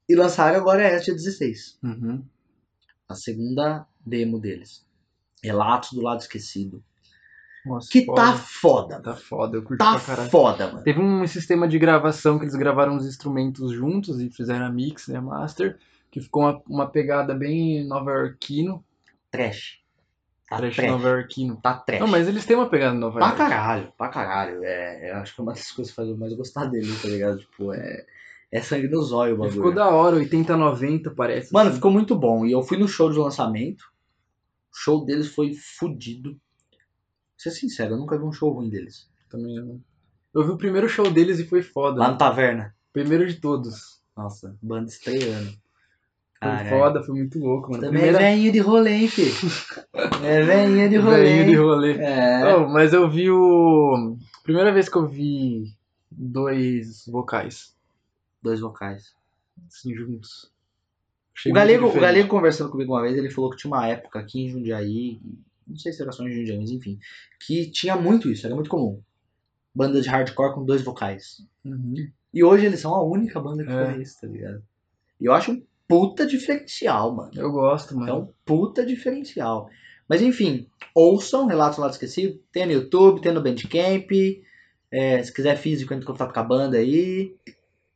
Speaker 2: e lançaram agora essa dia 16.
Speaker 1: Uhum.
Speaker 2: A segunda demo deles. Relatos do lado esquecido.
Speaker 1: Nossa,
Speaker 2: Que
Speaker 1: foda.
Speaker 2: tá foda.
Speaker 1: Tá foda, eu curto
Speaker 2: Tá
Speaker 1: pra caralho.
Speaker 2: foda, mano.
Speaker 1: Teve um sistema de gravação que eles gravaram os instrumentos juntos e fizeram a mix e a master, que ficou uma, uma pegada bem nova-iorquino.
Speaker 2: Trash. Tá
Speaker 1: trash
Speaker 2: trash.
Speaker 1: nova-iorquino.
Speaker 2: Tá trash.
Speaker 1: Não, é mas eles têm uma pegada nova
Speaker 2: Pra
Speaker 1: iorquina
Speaker 2: caralho, pra caralho. É, eu acho que é uma das coisas que faz eu mais gostar dele, tá ligado? Tipo, é, é sangue no zóio o
Speaker 1: E
Speaker 2: bagulho.
Speaker 1: ficou da hora, 80, 90 parece.
Speaker 2: Mano,
Speaker 1: assim.
Speaker 2: ficou muito bom. E eu fui no show de lançamento. O show deles foi fudido. Vou ser sincero, eu nunca vi um show ruim deles.
Speaker 1: também. né? Eu vi o primeiro show deles e foi foda.
Speaker 2: Lá no Taverna.
Speaker 1: Primeiro de todos.
Speaker 2: Nossa, banda estreando.
Speaker 1: Foi
Speaker 2: Caralho.
Speaker 1: foda, foi muito louco, mano.
Speaker 2: Também
Speaker 1: Primeira
Speaker 2: é veinha de rolê,
Speaker 1: [laughs]
Speaker 2: hein, fi? É veinha de rolê.
Speaker 1: velhinho de rolê.
Speaker 2: É.
Speaker 1: Oh, mas eu vi o. Primeira vez que eu vi dois vocais,
Speaker 2: Dois vocais.
Speaker 1: assim, juntos. Achei
Speaker 2: O
Speaker 1: muito
Speaker 2: galego, o
Speaker 1: diferente.
Speaker 2: galego conversando comigo uma vez, ele falou que tinha uma época aqui em Jundiaí, não sei se era só em Jundiaí, mas enfim, que tinha muito isso, era muito comum. Banda de hardcore com dois vocais.
Speaker 1: Uhum.
Speaker 2: E hoje eles são a única banda que
Speaker 1: É.
Speaker 2: foi isso, tá ligado? E eu acho um puta diferencial, mano.
Speaker 1: Eu gosto, mano.
Speaker 2: É um puta diferencial. Mas enfim, ouçam Relatos do Lado Esquecido. Tem no YouTube, tem no Bandcamp. É, se quiser físico, entra em contato com a banda aí.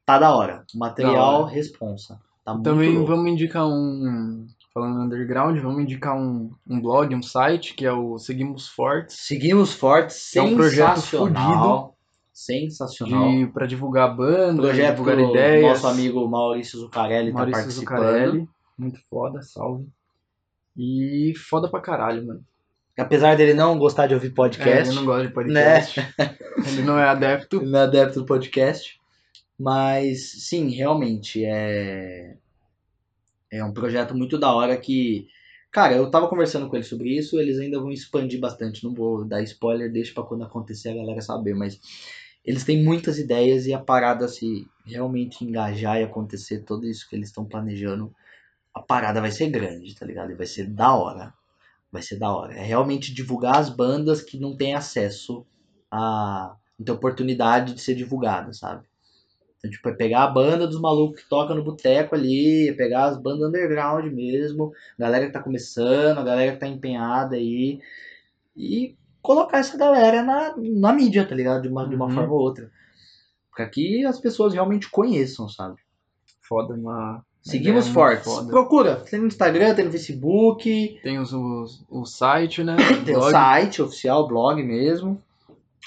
Speaker 2: Tá da hora. Material
Speaker 1: Da
Speaker 2: responsa. Tá muito
Speaker 1: Também
Speaker 2: louco.
Speaker 1: vamos indicar um. Falando underground, vamos indicar um, um blog, um site, que é o Seguimos Fortes,
Speaker 2: Seguimos fortes.
Speaker 1: É um projeto
Speaker 2: sensacional. Sensacional.
Speaker 1: de, pra divulgar a banda,
Speaker 2: projeto
Speaker 1: divulgar
Speaker 2: do
Speaker 1: ideias.
Speaker 2: nosso amigo Maurício Zucarelli tá
Speaker 1: Maurício
Speaker 2: participando.
Speaker 1: Zucarelli. Muito foda, salve. E foda pra caralho, mano.
Speaker 2: Apesar dele não gostar de ouvir podcast. né?
Speaker 1: É, ele não gosta de
Speaker 2: [laughs]
Speaker 1: podcast. ele não é adepto.
Speaker 2: não é adepto do podcast. Mas, sim, realmente, é... É um projeto muito da hora que... Cara, eu tava conversando com eles sobre isso, eles ainda vão expandir bastante. Não vou dar spoiler, deixa pra quando acontecer a galera saber, mas... Eles têm muitas ideias e a parada, se realmente engajar e acontecer tudo isso que eles estão planejando, a parada vai ser grande, tá ligado? E vai ser da hora. Vai ser da hora. É realmente divulgar as bandas que não têm acesso a não tem oportunidade de ser divulgada, sabe? Então, tipo, é pegar a banda dos malucos que toca no boteco ali, é pegar as bandas underground mesmo, galera que tá começando, a galera que tá empenhada aí, e colocar essa galera na, na mídia, tá ligado? De uma, de uma
Speaker 1: Uhum.
Speaker 2: forma ou outra. Pra que as pessoas realmente conheçam, sabe?
Speaker 1: Foda, uma.
Speaker 2: Seguimos
Speaker 1: ideia é muito
Speaker 2: fortes.
Speaker 1: foda.
Speaker 2: Procura. Tem no Instagram, tem no Facebook,
Speaker 1: Tem os, os- o site, né?
Speaker 2: tem o
Speaker 1: blog.
Speaker 2: site oficial, blog mesmo.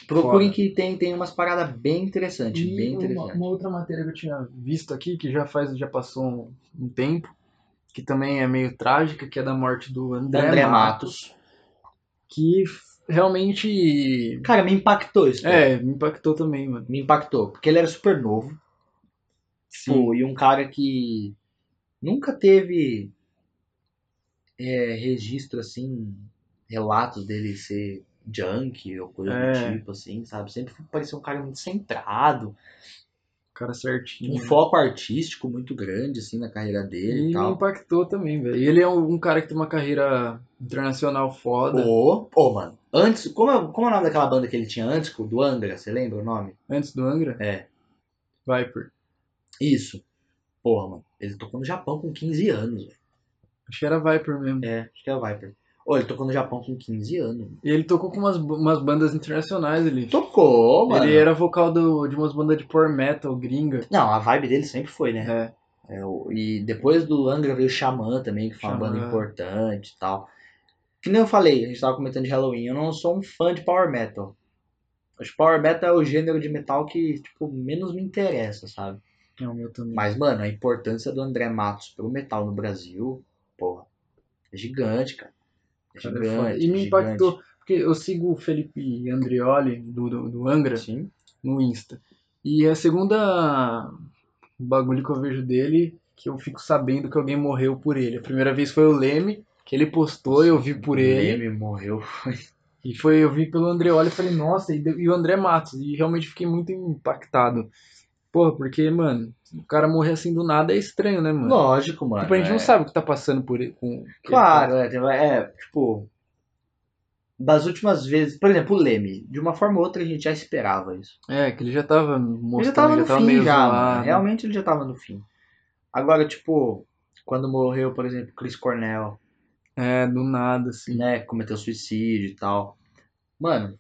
Speaker 2: Procurem
Speaker 1: Foda.
Speaker 2: que tem, tem umas paradas bem interessantes.
Speaker 1: E
Speaker 2: bem
Speaker 1: uma,
Speaker 2: interessantes.
Speaker 1: uma outra matéria que eu tinha visto aqui, que já faz, já passou um, um tempo, que também é meio trágica, que é da morte do André,
Speaker 2: André
Speaker 1: Matos,
Speaker 2: Matos.
Speaker 1: que f- realmente
Speaker 2: Cara, me impactou isso. cara.
Speaker 1: é, me impactou também, mano.
Speaker 2: Me impactou. Porque ele era super novo.
Speaker 1: Sim.
Speaker 2: Tipo, e um cara que nunca teve é, registro, assim, relatos dele ser junkie ou coisa
Speaker 1: É.
Speaker 2: do tipo, assim, sabe? Sempre parecia um cara muito centrado.
Speaker 1: Cara
Speaker 2: Um
Speaker 1: certinho.
Speaker 2: foco artístico muito grande, assim, na carreira dele e,
Speaker 1: E me
Speaker 2: tal.
Speaker 1: impactou também, velho. E Ele é um, um cara que tem uma carreira internacional foda.
Speaker 2: Ô, ô, mano. Antes, como é, como é o nome daquela banda que ele tinha antes, do Angra? Você lembra o nome?
Speaker 1: Antes do Angra,
Speaker 2: É.
Speaker 1: Viper.
Speaker 2: Isso. Porra, mano. Ele tocou no Japão com 15 anos. velho.
Speaker 1: Acho que era Viper mesmo.
Speaker 2: É, acho que é o Viper. Ô, ele tocou no Japão com 15 anos. mano.
Speaker 1: E ele tocou com umas, umas bandas internacionais ali.
Speaker 2: Tocou, mano.
Speaker 1: Ele era vocal do- de umas bandas de power metal gringa.
Speaker 2: Não, a vibe dele sempre foi, né?
Speaker 1: É.
Speaker 2: É, o- e depois do Angra veio o Xamã também, que foi uma
Speaker 1: Xamã.
Speaker 2: banda importante e tal. Que nem eu falei, a gente tava comentando de Halloween, eu não sou um fã de Power Metal. Acho que Power Metal é o gênero de metal que, tipo, menos me interessa, sabe?
Speaker 1: É o meu também.
Speaker 2: Mas, mano, a importância do André Matos pro metal no Brasil, porra, é gigante, cara. É
Speaker 1: Cara, é
Speaker 2: gigante.
Speaker 1: foda. e me
Speaker 2: gigante.
Speaker 1: impactou, porque eu sigo o Felipe Andrioli, do, do, do Angra,
Speaker 2: Sim.
Speaker 1: no Insta. E a segunda bagulho que eu vejo dele, que eu fico sabendo que alguém morreu por ele. A primeira vez foi o Leme, que ele postou, eu vi por ele.
Speaker 2: Leme morreu.
Speaker 1: E foi, eu vi pelo Andreoli e falei, nossa, e, deu- e o André Matos. E realmente fiquei muito impactado. Porra, porque, mano, o cara morrer assim do nada é estranho, né, mano?
Speaker 2: Lógico, mano.
Speaker 1: tipo, a gente
Speaker 2: é.
Speaker 1: não sabe o que tá passando por ele. Com,
Speaker 2: Claro, é, tem- é, tipo, das últimas vezes, por exemplo, o Leme, de uma forma ou outra a gente já esperava isso.
Speaker 1: É, que ele já tava mostrando,
Speaker 2: ele já tava no fim
Speaker 1: meio
Speaker 2: já,
Speaker 1: zoado.
Speaker 2: mano. é um realmente ele já tava no fim. Agora, tipo, quando morreu, por exemplo, Chris Cornell,
Speaker 1: É, do nada, assim.
Speaker 2: né, cometeu suicídio e tal. Mano,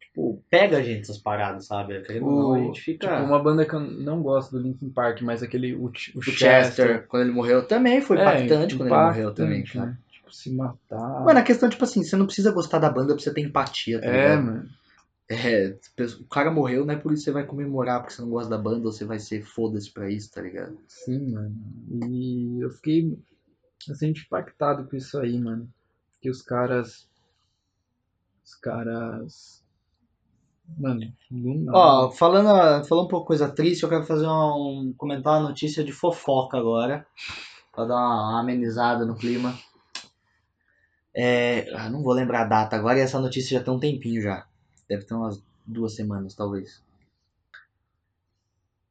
Speaker 2: tipo, pega a gente essas paradas, sabe? Querendo ou não, a
Speaker 1: O-
Speaker 2: gente fica...
Speaker 1: Tipo, uma banda que eu não gosto do Linkin Park, mas aquele, o, Ch- o É,
Speaker 2: O Chester, quando ele morreu, também foi impactante quando ele morreu também,
Speaker 1: impactante,
Speaker 2: sabe?
Speaker 1: né? Tipo, se matar.
Speaker 2: Mano, a questão, tipo assim, você não precisa gostar da banda pra você ter empatia, tá
Speaker 1: é,
Speaker 2: ligado?
Speaker 1: mano.
Speaker 2: É, o cara morreu, não é por isso que você vai comemorar porque você não gosta da banda ou você vai ser foda-se pra isso, tá ligado?
Speaker 1: Sim, mano. E eu fiquei bastante impactado com isso aí, mano. Que os caras. Os caras. Mano, do nada.
Speaker 2: Ó, falando, a- falando um pouco coisa triste, eu quero fazer um, comentar uma notícia de fofoca agora, pra dar uma amenizada no clima. É, ah, não vou lembrar a data agora, e essa notícia já tem um tempinho já. Deve ter umas duas semanas, talvez.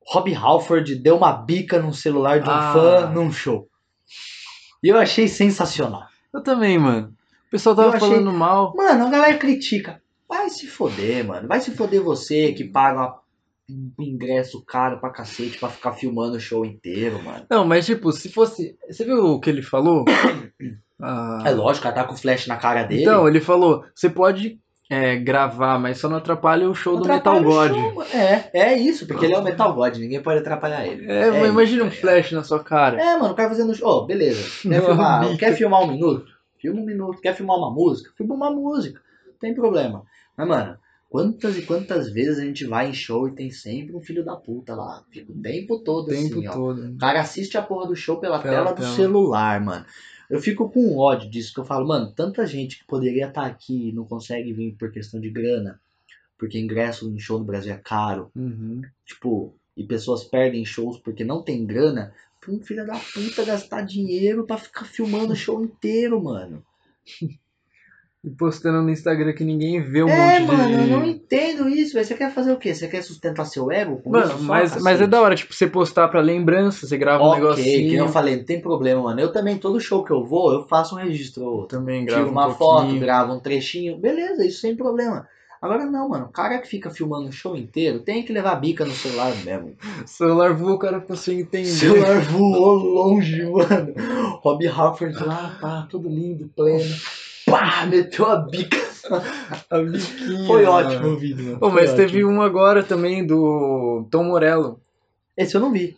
Speaker 2: Rob Halford deu uma bica num celular de um
Speaker 1: Ah.
Speaker 2: fã num show. E eu achei sensacional.
Speaker 1: Eu também, mano. O pessoal tava
Speaker 2: Eu achei-
Speaker 1: falando mal.
Speaker 2: Mano, a galera critica. Vai se foder, mano. Vai se foder você que paga um ingresso caro pra cacete pra ficar filmando o show inteiro, mano.
Speaker 1: Não, mas tipo, se fosse. Você viu o que ele [coughs] falou? Ah,
Speaker 2: É lógico, ela tá com flash na cara dele.
Speaker 1: Então, ele falou: você pode é, gravar, mas só não atrapalha é o show do
Speaker 2: Atrapalha
Speaker 1: Metal
Speaker 2: o
Speaker 1: God.
Speaker 2: show, mano. É, é isso, porque ele é o Metal God, ninguém pode atrapalhar ele.
Speaker 1: É, mas
Speaker 2: isso,
Speaker 1: imagina um
Speaker 2: tá ligado?
Speaker 1: flash na sua cara.
Speaker 2: É, mano, o cara fazendo show.
Speaker 1: [laughs]
Speaker 2: Ó, beleza. Quer
Speaker 1: Não,
Speaker 2: filmar,
Speaker 1: bica.
Speaker 2: quer filmar um minuto? Filma um minuto. Quer filmar uma música? Filma uma música. Não tem problema. Mas, mano, quantas e quantas vezes a gente vai em show e tem sempre um filho da puta lá? Fica o tempo
Speaker 1: o
Speaker 2: todo
Speaker 1: tempo
Speaker 2: assim, ó.
Speaker 1: todo.
Speaker 2: O cara assiste a porra do show pela
Speaker 1: Pela
Speaker 2: tela do
Speaker 1: tela.
Speaker 2: celular, mano. Eu fico com um ódio disso, que eu falo, mano, tanta gente que poderia estar aqui e não consegue vir por questão de grana, porque ingresso em show no Brasil é caro,
Speaker 1: Uhum.
Speaker 2: tipo, e pessoas perdem shows porque não tem grana, pra um filho da puta gastar dinheiro pra ficar filmando o show inteiro, mano.
Speaker 1: E postando no Instagram que ninguém vê um
Speaker 2: é,
Speaker 1: monte
Speaker 2: mano, eu
Speaker 1: de.
Speaker 2: não entendo isso, velho. Você quer fazer o quê? Você quer sustentar seu ego com
Speaker 1: Mano,
Speaker 2: isso? Só, assim.
Speaker 1: mas, mas é
Speaker 2: cacete.
Speaker 1: da hora, tipo, você postar pra lembrança, você grava um
Speaker 2: Ok, que
Speaker 1: negocinho.
Speaker 2: eu falei, não tem problema, mano. Eu também, todo show que eu vou, eu faço um registro ou outro.
Speaker 1: Também grava
Speaker 2: tira uma
Speaker 1: um
Speaker 2: foto,
Speaker 1: pouquinho.
Speaker 2: grava um trechinho, beleza, isso sem problema. Agora não, mano, o cara que fica filmando o show inteiro tem que levar a bica no celular mesmo.
Speaker 1: O celular voa, o cara consegue
Speaker 2: O
Speaker 1: entender.
Speaker 2: celular voou longe, mano. Rob Halford lá, pá, tudo lindo, pleno. Pá, meteu a bica.
Speaker 1: A biquinha,
Speaker 2: Foi
Speaker 1: mano.
Speaker 2: ótimo o vídeo, mano.
Speaker 1: Ô,
Speaker 2: foi
Speaker 1: mas teve
Speaker 2: ótimo.
Speaker 1: um agora também do Tom Morello.
Speaker 2: Esse eu não vi.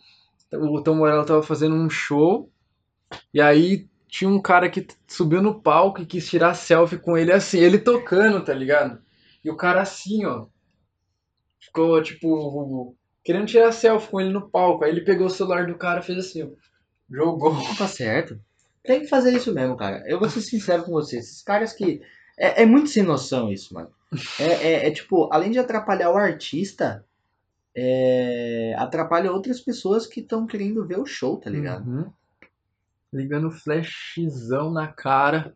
Speaker 1: O Tom Morello tava fazendo um show e aí tinha um cara que t- subiu no palco e quis tirar selfie com ele assim, ele tocando, tá ligado? E o cara assim, ó, ficou tipo querendo tirar selfie com ele no palco. Aí ele pegou o celular do cara e fez assim, ó, jogou.
Speaker 2: Não tá certo. Tem que fazer isso mesmo, cara. Eu vou ser sincero com você. Esses caras que. É, é muito sem noção isso, mano. É, é- é tipo, além de atrapalhar o artista, é, atrapalha outras pessoas que estão querendo ver o show, tá ligado?
Speaker 1: Uhum. Ligando flashzão na cara.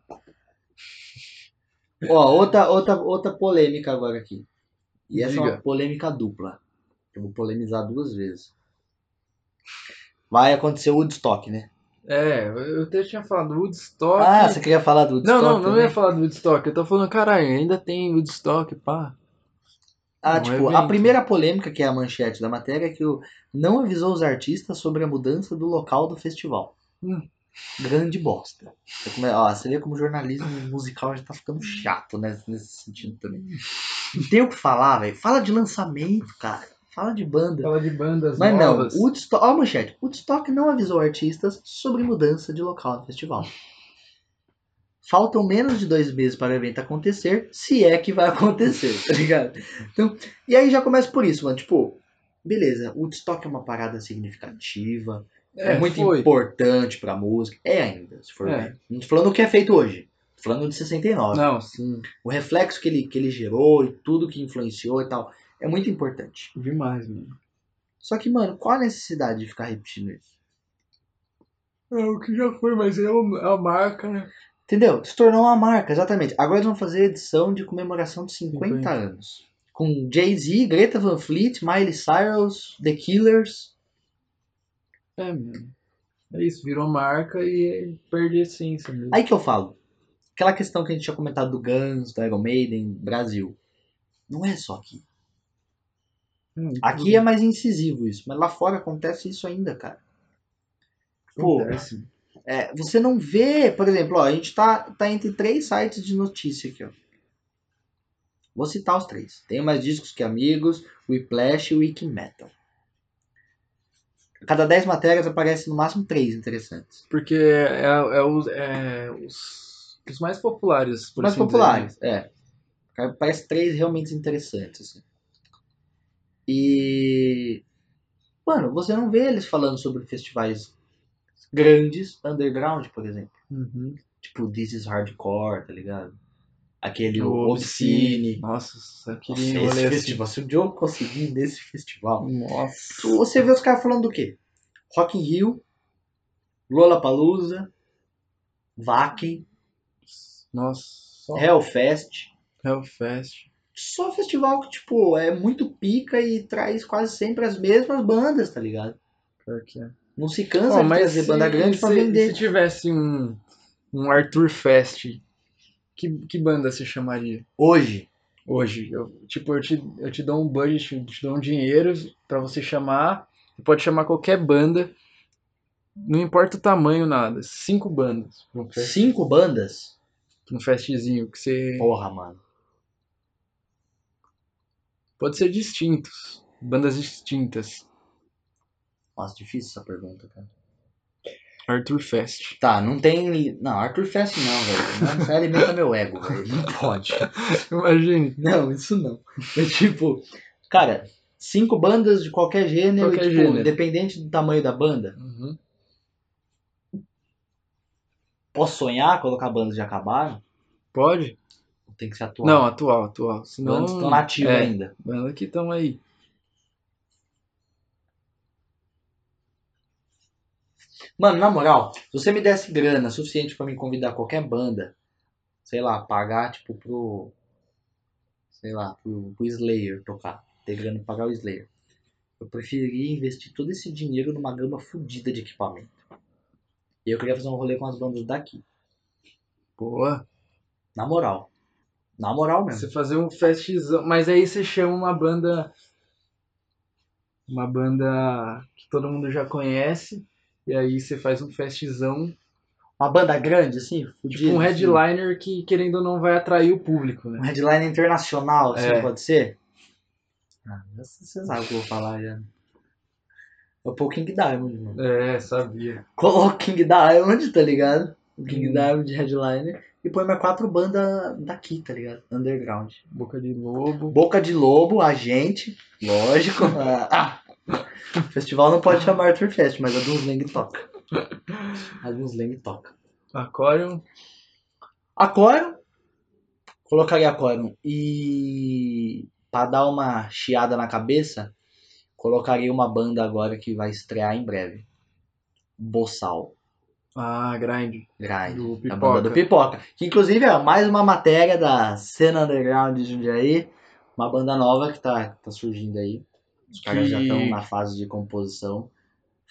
Speaker 1: Hum.
Speaker 2: Ó, outra, outra, outra polêmica agora aqui. E essa é uma
Speaker 1: Diga.
Speaker 2: polêmica dupla. Eu vou polemizar duas vezes. Vai acontecer o Woodstock, né?
Speaker 1: É, eu até tinha falado Woodstock.
Speaker 2: Ah, você queria falar do
Speaker 1: não,
Speaker 2: Woodstock?
Speaker 1: não, não
Speaker 2: também?
Speaker 1: ia falar do Woodstock. Eu tô falando, caralho, ainda tem Woodstock, pá.
Speaker 2: Ah,
Speaker 1: Um
Speaker 2: tipo, a
Speaker 1: evento.
Speaker 2: primeira polêmica, que é a manchete da matéria, é que o não avisou os artistas sobre a mudança do local do festival.
Speaker 1: Hum.
Speaker 2: Grande bosta. Você come- ó, você vê como o jornalismo musical já tá ficando chato né, nesse sentido também.
Speaker 1: Hum.
Speaker 2: Não tem o que falar, velho. Fala de lançamento, cara. Fala de banda.
Speaker 1: Fala de bandas
Speaker 2: Mas não,
Speaker 1: novas.
Speaker 2: Woodstock, ó a manchete. Woodstock não avisou artistas sobre mudança de local do festival. Faltam menos de dois meses para o evento acontecer, se é que vai acontecer, tá ligado? Então, e aí já começa por isso, mano. Tipo, beleza, Woodstock é uma parada significativa, é, muito
Speaker 1: foi.
Speaker 2: importante pra música. É ainda, se for
Speaker 1: É.
Speaker 2: ver. Não tô falando o que é feito hoje. Tô falando de 69
Speaker 1: Não, sim,
Speaker 2: o reflexo que ele, que ele gerou e tudo que influenciou e tal, é muito importante.
Speaker 1: demais, mano.
Speaker 2: Só que, mano, qual a necessidade de ficar repetindo isso?
Speaker 1: É o que já foi, mas é uma, é uma marca, né?
Speaker 2: Entendeu? Se tornou uma marca, exatamente. Agora eles vão fazer edição de comemoração de 50,
Speaker 1: 50.
Speaker 2: anos. Com Jay-Z, Greta Van Fleet, Miley Cyrus, The Killers.
Speaker 1: É, mano. É isso, virou marca e perde a essência mesmo.
Speaker 2: Aí que eu falo. aquela questão que a gente tinha comentado do Guns, do Iron Maiden, Brasil. Não é só aqui.
Speaker 1: Hum,
Speaker 2: Aqui é mais incisivo isso, mas lá fora acontece isso ainda, cara. Pô,
Speaker 1: Acontece.
Speaker 2: é, você não vê, por exemplo, ó, a gente tá, tá entre três sites de notícia aqui, ó. Vou citar os três. Tem mais discos que amigos, Whiplash e Wikimetal. Cada dez matérias aparece no máximo três interessantes.
Speaker 1: Porque é, é os, é os, os mais populares, por
Speaker 2: mais
Speaker 1: assim dizer,
Speaker 2: populares, é. Cara, Parece três realmente interessantes. assim. E. Mano, você não vê eles falando sobre festivais grandes, underground, por exemplo.
Speaker 1: né? Uhum.
Speaker 2: Tipo, This is Hardcore, tá ligado? Aquele
Speaker 1: O
Speaker 2: Obscene.
Speaker 1: Nossa, aquele
Speaker 2: Nossa,
Speaker 1: rolê
Speaker 2: esse
Speaker 1: assim.
Speaker 2: festival. Se o Diogo conseguir nesse festival.
Speaker 1: Nossa.
Speaker 2: Você vê os caras falando do quê? Rock in Rio, Lollapalooza, Wacken, É.
Speaker 1: Nossa. Só
Speaker 2: Hellfest.
Speaker 1: Hellfest.
Speaker 2: Só festival que, tipo, é muito pica e traz quase sempre as mesmas bandas, tá ligado?
Speaker 1: Pior que é.
Speaker 2: Não se cansa
Speaker 1: Ó,
Speaker 2: de trazer banda grande pra
Speaker 1: se-
Speaker 2: vender.
Speaker 1: Se tivesse um, um Arthur Fest, que, que banda se chamaria
Speaker 2: Hoje,
Speaker 1: hoje? Eu- tipo, eu te, eu te dou um budget, eu te dou um dinheiro pra você chamar. Você pode chamar qualquer banda. Não importa o tamanho, nada. Cinco bandas. pra Um, fest,
Speaker 2: cinco bandas.
Speaker 1: pra um festzinho que você.
Speaker 2: Porra, mano.
Speaker 1: Pode ser distintos. Bandas distintas.
Speaker 2: Nossa, difícil essa pergunta, cara.
Speaker 1: Arthur Fest. [laughs]
Speaker 2: Tá, não tem. Não, Arthur Fest não, velho. Não, Isso alimenta meu ego,
Speaker 1: [laughs]
Speaker 2: velho. Não pode.
Speaker 1: Imagine.
Speaker 2: Não, isso não. É tipo, cara, cinco bandas de qualquer gênero,
Speaker 1: Qualquer
Speaker 2: e, tipo,
Speaker 1: gênero.
Speaker 2: independente do tamanho da banda.
Speaker 1: Uhum.
Speaker 2: Posso sonhar colocar bandas já acabaram?
Speaker 1: Pode?
Speaker 2: Tem que ser atual.
Speaker 1: Não, atual, atual. Senão,
Speaker 2: bandas estão nativas
Speaker 1: é,
Speaker 2: ainda.
Speaker 1: Bandas que estão aí.
Speaker 2: Mano, na moral, se você me desse grana suficiente pra me convidar qualquer banda, sei lá, pagar tipo pro. Sei lá, pro, pro Slayer tocar. Ter grana pra pagar o Slayer. Eu preferia investir todo esse dinheiro numa gama fodida de equipamento. E eu queria fazer um rolê com as bandas daqui.
Speaker 1: Boa.
Speaker 2: Na moral. Na moral mesmo.
Speaker 1: Você fazer um festzão. Mas aí você chama uma banda. Uma banda que todo mundo já conhece. E aí você faz um festzão.
Speaker 2: Uma banda grande, assim, fodida.
Speaker 1: Tipo um
Speaker 2: assim.
Speaker 1: headliner que, querendo ou não, vai atrair o público,
Speaker 2: Um
Speaker 1: né?
Speaker 2: headline internacional, assim,
Speaker 1: É.
Speaker 2: pode ser? Ah, você sabe o que eu vou falar já. Eu pôr É o King Diamond, mano.
Speaker 1: É, sabia.
Speaker 2: Coloca o King Diamond, tá ligado? O King
Speaker 1: Hum.
Speaker 2: Diamond de headliner. E põe mais quatro bandas daqui, tá ligado? Underground.
Speaker 1: Boca de Lobo.
Speaker 2: Boca de Lobo, a gente, lógico. Ah, ah. O [laughs] festival não pode chamar Arthur Fest, mas a Dunslang toca. A Dunslang toca.
Speaker 1: Aquarium.
Speaker 2: Aquarium. Colocaria Aquarium. E pra dar uma chiada na cabeça, colocaria uma banda agora que vai estrear em breve. Bossal.
Speaker 1: Ah, Grind.
Speaker 2: Grind.
Speaker 1: Do
Speaker 2: A
Speaker 1: Pipoca.
Speaker 2: banda do Pipoca. Que inclusive é mais uma matéria da cena underground de Jundiaí. Uma banda nova que tá, tá surgindo aí. Os caras já
Speaker 1: Que-
Speaker 2: estão na fase de composição.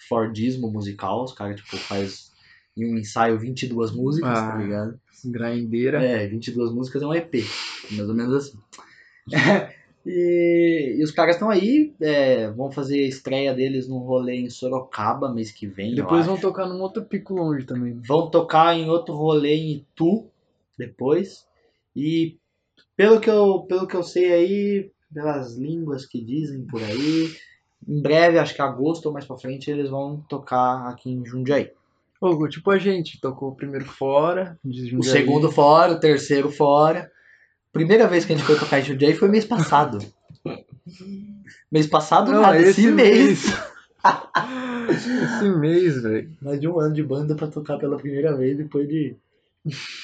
Speaker 2: Fordismo musical. Os caras, tipo, faz em um ensaio 22 músicas, tá
Speaker 1: Ah.
Speaker 2: ligado?
Speaker 1: Grindeira.
Speaker 2: É, 22 músicas é um EP. Mais ou menos assim. [laughs] e, e os caras estão aí. é, vão fazer a estreia deles num rolê em Sorocaba mês que vem. É, eu
Speaker 1: Depois vão
Speaker 2: acho.
Speaker 1: tocar num outro pico longe também. né?
Speaker 2: Vão tocar em outro rolê em Itu depois. E pelo que eu, pelo que eu sei aí, pelas línguas que dizem por aí, em breve, acho que agosto ou mais pra frente, eles vão tocar aqui em Jundiaí.
Speaker 1: Ô, tipo a gente, tocou o primeiro fora. de
Speaker 2: O
Speaker 1: Jundiaí.
Speaker 2: segundo fora, o terceiro fora. Primeira vez que a gente foi tocar em Jundiaí foi mês passado. mês passado
Speaker 1: Não,
Speaker 2: nada,
Speaker 1: esse
Speaker 2: esse [laughs] mês.
Speaker 1: Esse mês, velho.
Speaker 2: Mais de um ano de banda pra tocar pela primeira vez depois de.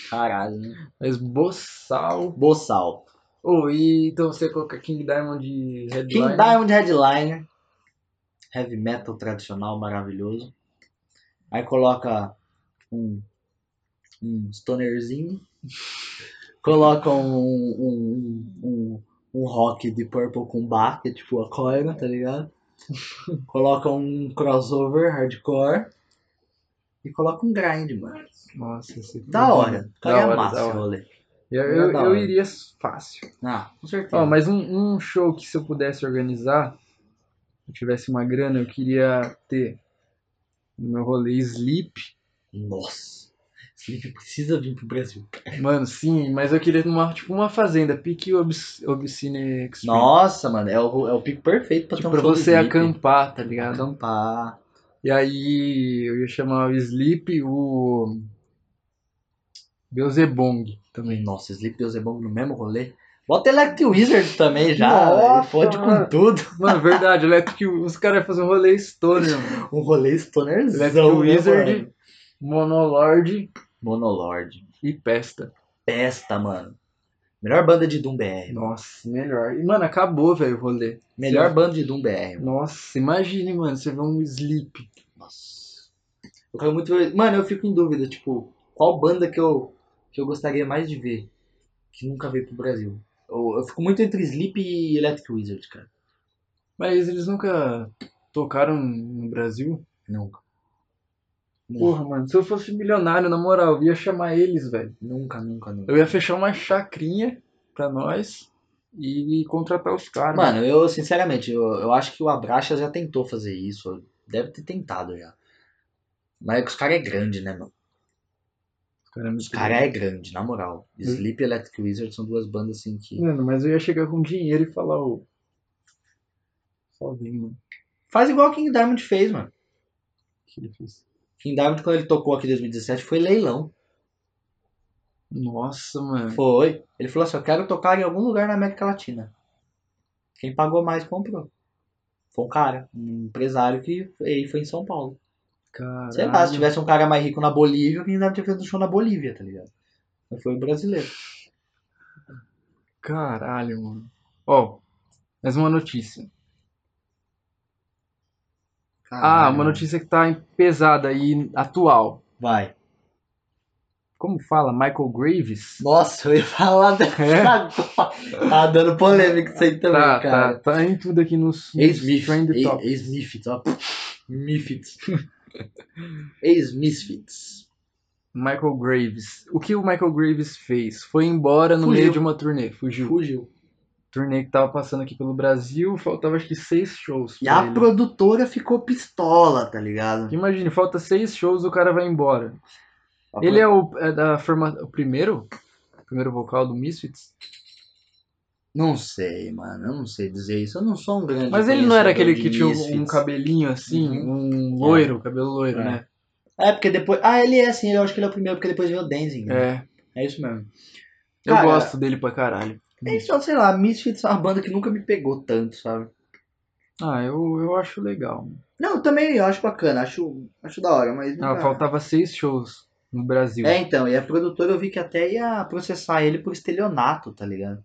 Speaker 2: Caralho, né?
Speaker 1: Mas Boçal.
Speaker 2: Boçal.
Speaker 1: Oh, e então você coloca King Diamond de headline.
Speaker 2: King Diamond é um Headliner. Heavy metal tradicional maravilhoso. Aí coloca um, um stonerzinho. Coloca um, um, um, um rock de Purple com Bach, que é tipo a Coira, tá ligado? Coloca um crossover hardcore. E coloca um grind, mano.
Speaker 1: Nossa, esse
Speaker 2: Da hora.
Speaker 1: Uhum. Da
Speaker 2: Cara, é
Speaker 1: hora,
Speaker 2: massa
Speaker 1: da
Speaker 2: esse
Speaker 1: hora.
Speaker 2: rolê.
Speaker 1: Eu, eu,
Speaker 2: Da
Speaker 1: eu
Speaker 2: hora.
Speaker 1: iria fácil.
Speaker 2: Ah, com certeza.
Speaker 1: Ó, mas um, um show que se eu pudesse organizar, se eu tivesse uma grana, eu queria ter no meu rolê Sleep.
Speaker 2: Nossa. Felipe precisa vir pro Brasil.
Speaker 1: Mano, sim, mas eu queria numa, tipo, uma fazenda, pique Obs- Obscene Extreme.
Speaker 2: Nossa, mano, é o, é o pico perfeito pra ter
Speaker 1: Tipo,
Speaker 2: um
Speaker 1: pra
Speaker 2: show do
Speaker 1: você
Speaker 2: Sleep.
Speaker 1: acampar, tá ligado?
Speaker 2: Acampar.
Speaker 1: E aí eu ia chamar o Sleep, o Beelzebong também.
Speaker 2: Nossa, Sleep Deus é bom no mesmo rolê. Bota Electric Wizard também já.
Speaker 1: Nossa,
Speaker 2: velho. Fode com
Speaker 1: mano.
Speaker 2: tudo.
Speaker 1: Mano, verdade, Electric, os caras iam fazer um rolê stoner, mano.
Speaker 2: Um rolê stonerzão.
Speaker 1: Electric
Speaker 2: né, mano?
Speaker 1: Wizard, Monolord
Speaker 2: Monolord.
Speaker 1: e Pesta.
Speaker 2: Pesta, mano. Melhor banda de Doom BR.
Speaker 1: Nossa, melhor. E, mano, acabou, velho, o rolê.
Speaker 2: Melhor
Speaker 1: Sim.
Speaker 2: banda de Doom BR.
Speaker 1: Nossa, imagine, mano, você vê um Sleep.
Speaker 2: Nossa. Eu quero muito ver. Mano, eu fico em dúvida, tipo, qual banda que eu, que eu gostaria mais de ver? Que nunca veio pro Brasil. Eu, eu fico muito entre Sleep e Electric Wizard, cara.
Speaker 1: Mas eles nunca tocaram no Brasil?
Speaker 2: Nunca.
Speaker 1: Porra, mano, se eu fosse milionário, na moral, eu ia chamar eles, velho.
Speaker 2: Nunca, nunca, nunca.
Speaker 1: Eu ia fechar uma chacrinha pra nós e contratar os caras.
Speaker 2: Mano, eu sinceramente, eu, eu acho que o Abraxa já tentou fazer isso. Deve ter tentado já. Mas é que os caras é grande, né, mano?
Speaker 1: Cara,
Speaker 2: Os caras é grande, na moral. Sleep e Electric Wizard são duas bandas assim que.
Speaker 1: Mano, mas eu ia chegar com dinheiro e falar, ô. Só vem, mano.
Speaker 2: Faz igual o King Diamond fez, mano.
Speaker 1: Que difícil.
Speaker 2: King Diamond, quando ele tocou aqui em 2017, foi leilão.
Speaker 1: Nossa, mano.
Speaker 2: Foi. Ele falou assim: eu quero tocar em algum lugar na América Latina. Quem pagou mais comprou. Foi um cara, um empresário que ele foi em São Paulo.
Speaker 1: Caralho.
Speaker 2: Sei lá, se tivesse um cara mais rico na Bolívia, quem deve ter feito um show na Bolívia, tá ligado? Mas foi o brasileiro.
Speaker 1: Caralho, mano. Ó, mais uma notícia. Ah,
Speaker 2: Caralho.
Speaker 1: uma notícia que tá em- pesada aí, atual.
Speaker 2: Vai.
Speaker 1: Como fala? Michael Graves?
Speaker 2: Nossa, eu
Speaker 1: [laughs]
Speaker 2: ia falar dessa
Speaker 1: É?
Speaker 2: agora. Tá dando polêmica isso aí também,
Speaker 1: tá,
Speaker 2: cara.
Speaker 1: tá, tá em tudo aqui nos, nos trend top.
Speaker 2: Ex-Misfits, ó. Misfits. Ex-Misfits.
Speaker 1: Michael Graves. O que o Michael Graves fez? Foi embora no
Speaker 2: Fugiu.
Speaker 1: meio de uma turnê, fugiu.
Speaker 2: Fugiu.
Speaker 1: Turnê que tava passando aqui pelo Brasil, faltava acho que seis shows.
Speaker 2: E
Speaker 1: pra
Speaker 2: a
Speaker 1: ele.
Speaker 2: produtora ficou pistola, tá ligado?
Speaker 1: Imagine, falta seis shows, o cara vai embora.
Speaker 2: Tá
Speaker 1: Ele é o é da forma, o primeiro, o primeiro vocal do Misfits.
Speaker 2: Não sei, mano. Eu não sei dizer isso. Eu não sou um grande.
Speaker 1: um- Mas ele não era
Speaker 2: conhecedor
Speaker 1: aquele
Speaker 2: de
Speaker 1: que tinha um- um
Speaker 2: Misfits.
Speaker 1: cabelinho assim, um loiro, cabelo loiro,
Speaker 2: É.
Speaker 1: né?
Speaker 2: É, porque depois. Ah, ele é assim. Eu acho que ele é o primeiro, porque depois veio o Dancing.
Speaker 1: É.
Speaker 2: É isso mesmo.
Speaker 1: Eu
Speaker 2: Cara,
Speaker 1: gosto dele pra caralho.
Speaker 2: É só, sei lá, Misfits é uma banda que nunca me pegou tanto, sabe?
Speaker 1: Ah, eu, eu acho legal.
Speaker 2: Não, eu também eu acho bacana, acho, acho da hora, mas.
Speaker 1: Ah,
Speaker 2: nunca-
Speaker 1: faltava seis shows no Brasil.
Speaker 2: É, então, e a produtora eu vi que até ia processar ele por estelionato, tá ligado?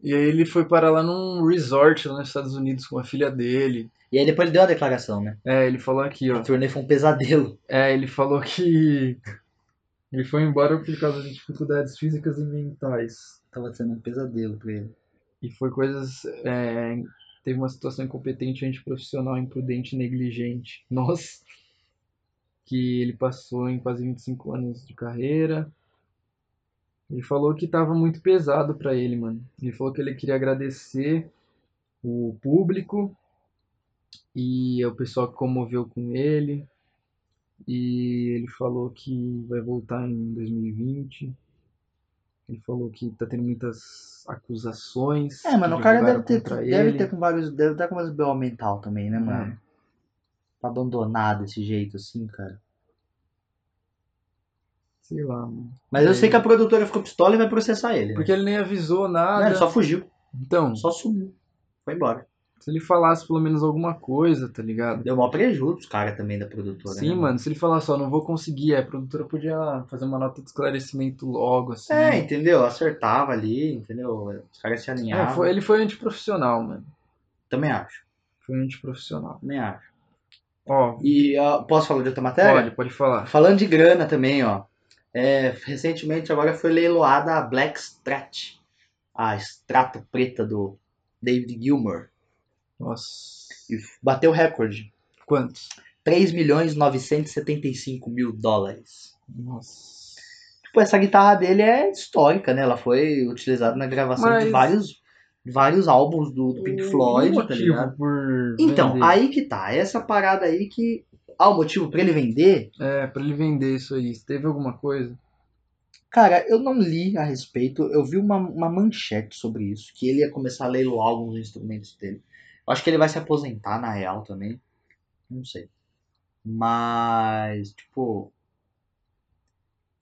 Speaker 1: E aí ele foi parar lá num resort lá nos Estados Unidos com a filha dele.
Speaker 2: E aí depois ele deu a declaração, né?
Speaker 1: É, ele falou aqui, ó.
Speaker 2: A turnê foi um pesadelo.
Speaker 1: É, ele falou que ele foi embora por causa de dificuldades físicas e mentais.
Speaker 2: [laughs] Tava sendo um pesadelo pra ele.
Speaker 1: E foi coisas. é, teve uma situação incompetente, antiprofissional, imprudente e negligente. Nossa! Que ele passou em quase 25 anos de carreira. Ele falou que tava muito pesado pra ele, mano. Ele falou que ele queria agradecer o público e o pessoal que comoveu com ele. E ele falou que vai voltar em 2020. Ele falou que tá tendo muitas acusações.
Speaker 2: É, mano, o
Speaker 1: que
Speaker 2: cara deve
Speaker 1: jogaram
Speaker 2: ter,
Speaker 1: contra
Speaker 2: deve
Speaker 1: ele.
Speaker 2: ter com vários. Deve estar com umas BO mental também, né, mano?
Speaker 1: É.
Speaker 2: Tá abandonado desse jeito, assim, cara.
Speaker 1: Sei lá, mano.
Speaker 2: Mas eu
Speaker 1: É.
Speaker 2: sei que a produtora ficou pistola e vai processar ele. né?
Speaker 1: Porque ele nem avisou
Speaker 2: Não,
Speaker 1: nada.
Speaker 2: ele só fugiu,
Speaker 1: Então,
Speaker 2: só sumiu. Foi embora.
Speaker 1: se ele falasse pelo menos alguma coisa, tá ligado?
Speaker 2: Deu maior prejuízo pros caras também da produtora. né,
Speaker 1: Sim, mano, se ele falasse, ó, não vou conseguir, aí a produtora podia fazer uma nota de esclarecimento logo, assim.
Speaker 2: É, então. entendeu? Acertava ali, entendeu? Os caras se alinhavam.
Speaker 1: É, foi- ele foi antiprofissional, mano.
Speaker 2: Também acho,
Speaker 1: Foi antiprofissional.
Speaker 2: também acho.
Speaker 1: Ó,
Speaker 2: E ó, posso falar de outra matéria?
Speaker 1: pode, pode falar.
Speaker 2: Falando de grana também, ó. é, recentemente agora foi leiloada a Black Strat, a extrato preta do David Gilmour.
Speaker 1: Nossa.
Speaker 2: E bateu recorde.
Speaker 1: Quantos?
Speaker 2: 3 milhões 975 mil dólares.
Speaker 1: Nossa.
Speaker 2: Tipo, essa guitarra dele é histórica, né? Ela foi utilizada na gravação
Speaker 1: Mas-
Speaker 2: de vários, vários álbuns do, do Pink Floyd,
Speaker 1: O
Speaker 2: tá
Speaker 1: motivo
Speaker 2: ligado?
Speaker 1: por
Speaker 2: Então,
Speaker 1: vender.
Speaker 2: aí que tá. Essa parada aí que. Ah, o motivo pra ele vender?
Speaker 1: É, pra ele vender isso aí. Teve alguma coisa?
Speaker 2: Cara, eu não li a respeito. Eu vi uma, uma manchete sobre isso. Que ele ia começar a leiloar alguns instrumentos dele. Eu acho que ele vai se aposentar, na real, também. Não sei. Mas, tipo.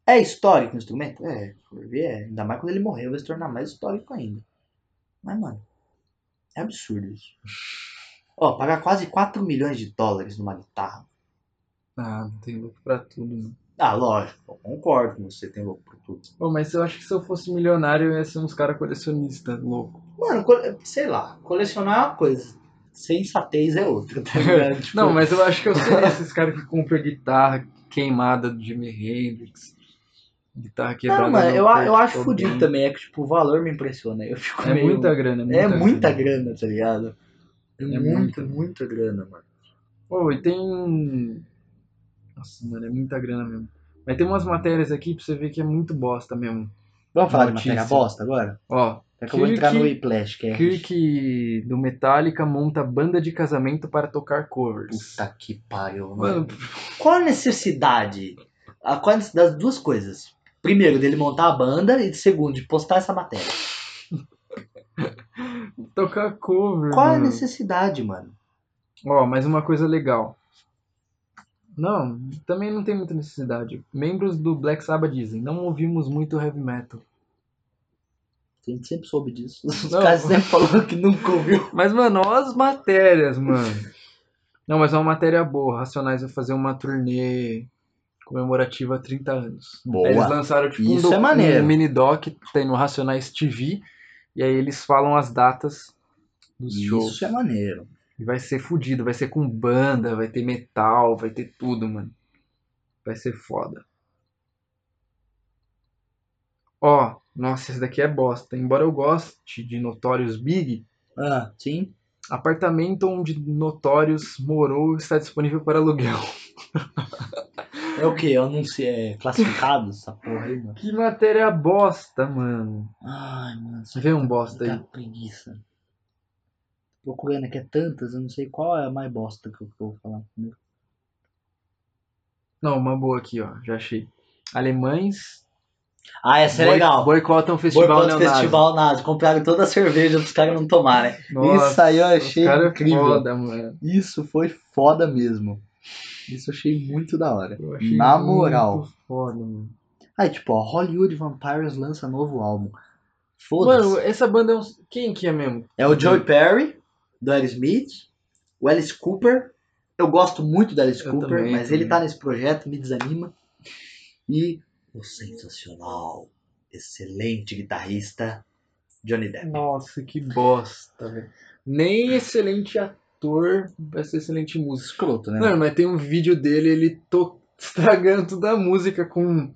Speaker 2: É histórico o instrumento? É, por ver, é. Ainda mais quando ele morreu, vai se tornar mais histórico ainda. Mas, mano, é absurdo isso. Ó, pagar quase 4 milhões de dólares numa guitarra.
Speaker 1: Ah, não tem lucro pra tudo, não.
Speaker 2: Ah, lógico, eu concordo com você, tem louco por tudo.
Speaker 1: Pô, mas eu acho que se eu fosse milionário, eu ia ser uns caras colecionistas, louco.
Speaker 2: Mano, cole- sei lá, colecionar é uma coisa, sensatez é outra, tá [laughs] ligado? Tipo,
Speaker 1: Não, mas eu acho que eu
Speaker 2: [laughs]
Speaker 1: seria esses caras que compram guitarra queimada do Jimi Hendrix. Guitarra quebrada.
Speaker 2: não, mano,
Speaker 1: no
Speaker 2: eu,
Speaker 1: Kurt
Speaker 2: eu acho
Speaker 1: Cobain.
Speaker 2: fodido também, é que tipo, o valor me impressiona, eu fico
Speaker 1: É
Speaker 2: meio...
Speaker 1: muita grana, é muita,
Speaker 2: é muita
Speaker 1: grana.
Speaker 2: grana, tá ligado? É,
Speaker 1: É
Speaker 2: muito,
Speaker 1: muita.
Speaker 2: muita grana, mano.
Speaker 1: Pô, e tem. Nossa, mano, é muita grana mesmo. Mas tem umas matérias aqui pra você ver que é muito bosta mesmo.
Speaker 2: Vamos falar
Speaker 1: Notícia.
Speaker 2: de matéria bosta agora?
Speaker 1: Ó,
Speaker 2: É que eu vou entrar no
Speaker 1: Kirk-
Speaker 2: Whiplash, que é...
Speaker 1: Kirk do Metallica monta banda de casamento para tocar covers.
Speaker 2: Puta que pariu, mano.
Speaker 1: Mano,
Speaker 2: Qual a necessidade? A, qual a necessidade das duas coisas? Primeiro, dele montar a banda e segundo, de postar essa matéria.
Speaker 1: tocar cover.
Speaker 2: Qual é a
Speaker 1: mano.
Speaker 2: necessidade, mano?
Speaker 1: Ó, mais uma coisa legal. Não, também não tem muita necessidade. Membros do Black Sabbath dizem, não ouvimos muito heavy metal.
Speaker 2: A gente sempre soube disso. [laughs] Os
Speaker 1: Não.
Speaker 2: caras sempre falaram que nunca ouviu.
Speaker 1: Mas, mano, olha as matérias,
Speaker 2: [laughs]
Speaker 1: mano. Não, mas é uma matéria boa. Racionais vai fazer uma turnê comemorativa a 30 anos.
Speaker 2: Boa.
Speaker 1: Aí Eles lançaram tipo um,
Speaker 2: Isso
Speaker 1: doc-
Speaker 2: é maneiro.
Speaker 1: um mini doc que tem no Racionais TV. E aí eles falam as datas dos shows.
Speaker 2: Isso é maneiro.
Speaker 1: E vai ser fudido, vai ser com banda, vai ter metal, vai ter tudo, mano. Vai ser foda. Ó, nossa, esse daqui é bosta. Embora eu goste de Notorious Big,
Speaker 2: Ah, sim.
Speaker 1: Apartamento onde Notorious morou está disponível para aluguel. [laughs]
Speaker 2: É o que? Eu não sei. É classificado essa porra aí, mano.
Speaker 1: Que matéria bosta, mano.
Speaker 2: Ai, mano.
Speaker 1: Vê um bosta
Speaker 2: Tá
Speaker 1: aí.
Speaker 2: preguiça. Tô procurando aqui é tantas, eu não sei qual é a mais bosta que eu que eu vou falar primeiro.
Speaker 1: Não, uma boa aqui, ó. Já achei. Alemães
Speaker 2: Ah, essa é
Speaker 1: boi-
Speaker 2: legal.
Speaker 1: boicotam o festival
Speaker 2: Boicote
Speaker 1: neonazi.
Speaker 2: Festival Nazi. Compraram toda a cerveja pros caras não tomarem.
Speaker 1: Nossa,
Speaker 2: Isso aí eu
Speaker 1: os
Speaker 2: achei
Speaker 1: cara é
Speaker 2: incrível.
Speaker 1: foda, mano.
Speaker 2: Isso foi foda mesmo. Isso eu achei muito da hora.
Speaker 1: Eu achei
Speaker 2: Na
Speaker 1: muito
Speaker 2: moral.
Speaker 1: foda, mano.
Speaker 2: Aí, tipo, ó, Hollywood Vampires lança novo álbum.
Speaker 1: Mano,
Speaker 2: Foda-se.
Speaker 1: essa banda é um... Quem que é mesmo?
Speaker 2: É o Joey Perry, do Aerosmith, o Alice Cooper. Eu gosto muito do Alice
Speaker 1: Eu
Speaker 2: Cooper,
Speaker 1: também,
Speaker 2: mas
Speaker 1: também.
Speaker 2: ele tá nesse projeto, me desanima. E o sensacional, excelente guitarrista, Johnny Depp.
Speaker 1: Nossa, que bosta, velho. Nem excelente ator vai ser excelente músico.
Speaker 2: Escroto, né?
Speaker 1: Mano, mas tem um vídeo dele, ele to... estragando toda a música com.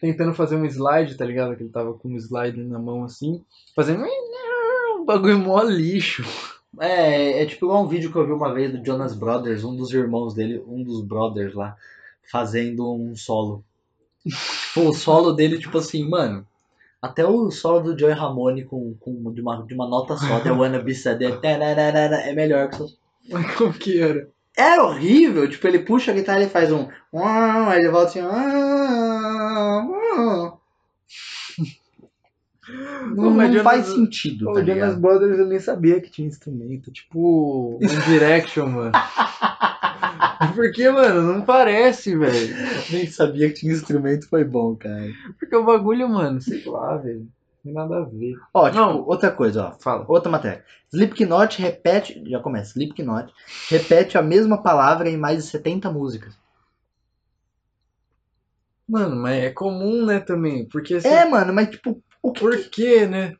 Speaker 1: Tentando fazer um slide, tá ligado? Que ele tava com um slide na mão assim, fazendo. Um bagulho mó lixo. [laughs]
Speaker 2: É, é tipo igual um vídeo que eu vi uma vez do Jonas Brothers, um dos irmãos dele, um dos brothers lá, fazendo um solo. Tipo, o solo dele, tipo assim, mano. Até o solo do Joey Ramone com, com, de, uma, de uma nota só, The Wanna Be Sad, é tararara, é melhor que só.
Speaker 1: Mas como que era?
Speaker 2: Era horrível, tipo, ele puxa a guitarra e faz um. Aí ele volta assim. Não,
Speaker 1: Ô, mas
Speaker 2: não faz
Speaker 1: Jonas-
Speaker 2: sentido,
Speaker 1: Pô,
Speaker 2: tá
Speaker 1: o Jonas
Speaker 2: ligado?
Speaker 1: Brothers eu nem sabia que tinha instrumento. Tipo, One Direction, mano. [laughs] Porque, mano, não parece, velho.
Speaker 2: [laughs] Nem sabia que tinha instrumento, foi bom, cara.
Speaker 1: Porque o bagulho, mano, sei lá, velho. Não tem nada a ver.
Speaker 2: Ó, tipo,
Speaker 1: Não.
Speaker 2: outra coisa, ó.
Speaker 1: Fala.
Speaker 2: Outra matéria. Slipknot repete. Já começa. Slipknot repete a mesma palavra em mais de 70 músicas.
Speaker 1: Mano, mas é comum, né, também. Porque assim.
Speaker 2: É, mano, mas tipo, o que,
Speaker 1: Por quê, né?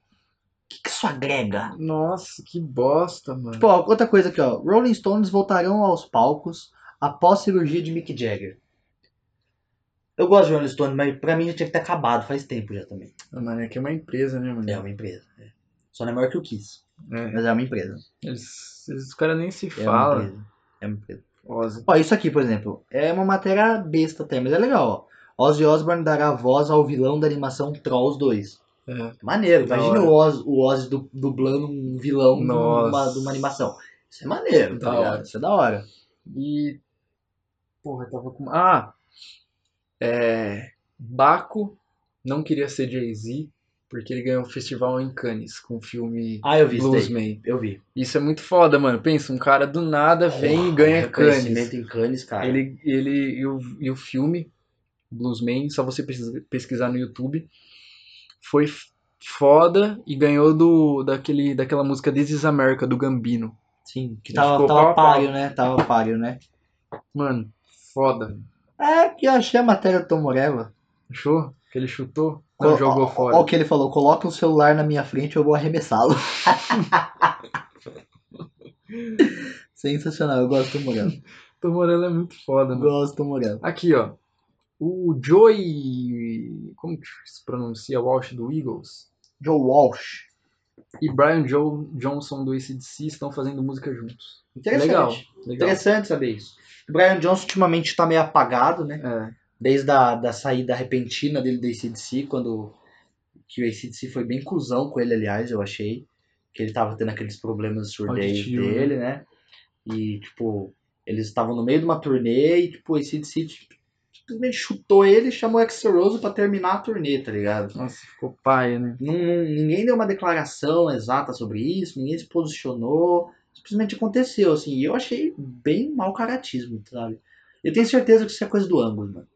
Speaker 2: que, que isso agrega?
Speaker 1: Nossa, que bosta, mano.
Speaker 2: Tipo, ó, outra coisa aqui, ó. Rolling Stones voltarão aos palcos após cirurgia de Mick Jagger. Eu gosto de Rolling Stones, mas pra mim já tinha que ter acabado faz tempo já também.
Speaker 1: Ah, Mano, é que é uma empresa, né, mano?
Speaker 2: É uma empresa. é. Só não é maior que eu quis.
Speaker 1: É.
Speaker 2: Mas é uma empresa.
Speaker 1: Eles, eles- os caras nem se
Speaker 2: É uma
Speaker 1: falam.
Speaker 2: empresa. É uma empresa.
Speaker 1: Ozzy.
Speaker 2: Ó, isso aqui, por exemplo, é uma matéria besta até, mas é legal, ó. Ozzy Osbourne dará voz ao vilão da animação Trolls 2.
Speaker 1: É.
Speaker 2: Maneiro,
Speaker 1: Da
Speaker 2: imagina
Speaker 1: hora.
Speaker 2: o Ozzy, o Ozzy du- dublando um vilão de uma,
Speaker 1: Nossa.
Speaker 2: de uma animação. Isso é maneiro,
Speaker 1: Da
Speaker 2: tá ligado?
Speaker 1: hora.
Speaker 2: Isso é da hora.
Speaker 1: E. Porra, eu tava com. Ah! É. Baco não queria ser Jay-Z porque ele ganhou um festival em Cannes com o filme
Speaker 2: Ah, eu vi isso daí.
Speaker 1: Bluesman.
Speaker 2: Eu vi.
Speaker 1: Isso é muito foda, mano. Pensa, um cara do nada vem e ganha Cannes.
Speaker 2: um Reconhecimento em Cannes, cara.
Speaker 1: Ele, ele e, o, e o filme Bluesman, só você pesquis- pesquisar no YouTube, foi f- foda e ganhou do daquele daquela música This Is America do Gambino.
Speaker 2: Sim, que
Speaker 1: Ele
Speaker 2: tava,
Speaker 1: ficou pau
Speaker 2: tava
Speaker 1: a pau.
Speaker 2: páreo, né? Tava páreo, né?
Speaker 1: Mano, foda.
Speaker 2: É que eu achei a matéria do Tom Morello.
Speaker 1: Achou? Que ele chutou? Não,
Speaker 2: Ó,
Speaker 1: jogou
Speaker 2: ó,
Speaker 1: fora.
Speaker 2: Ó o que ele falou, coloca um celular na minha frente eu vou arremessá-lo. [laughs] Sensacional, eu gosto do Morello.
Speaker 1: Tom Morello é muito foda, mano.
Speaker 2: Gosto do Morello.
Speaker 1: Aqui, ó. O Joey. Como que se pronuncia? Walsh do Eagles.
Speaker 2: Joe Walsh.
Speaker 1: E Brian Jo- Johnson do ACDC estão fazendo música juntos.
Speaker 2: Interessante.
Speaker 1: Legal. Legal.
Speaker 2: Interessante saber isso. O Brian Johnson ultimamente tá meio apagado, né?
Speaker 1: É,
Speaker 2: Desde a da saída repentina dele do ACDC, quando que o ACDC foi bem cuzão com ele, aliás, eu achei. Que ele tava tendo aqueles problemas de surdez
Speaker 1: Auditivo,
Speaker 2: dele, né? E, tipo, eles estavam no meio de uma turnê e, tipo, o ACDC tipo, simplesmente chutou ele e chamou o Axl Rose pra terminar a turnê, tá ligado?
Speaker 1: nossa, ficou paia, né?
Speaker 2: Não- não- ninguém deu uma declaração exata sobre isso, ninguém se posicionou, simplesmente aconteceu, assim, e eu achei bem mau caratismo, sabe? Eu tenho certeza que isso é coisa do ângulo, mano.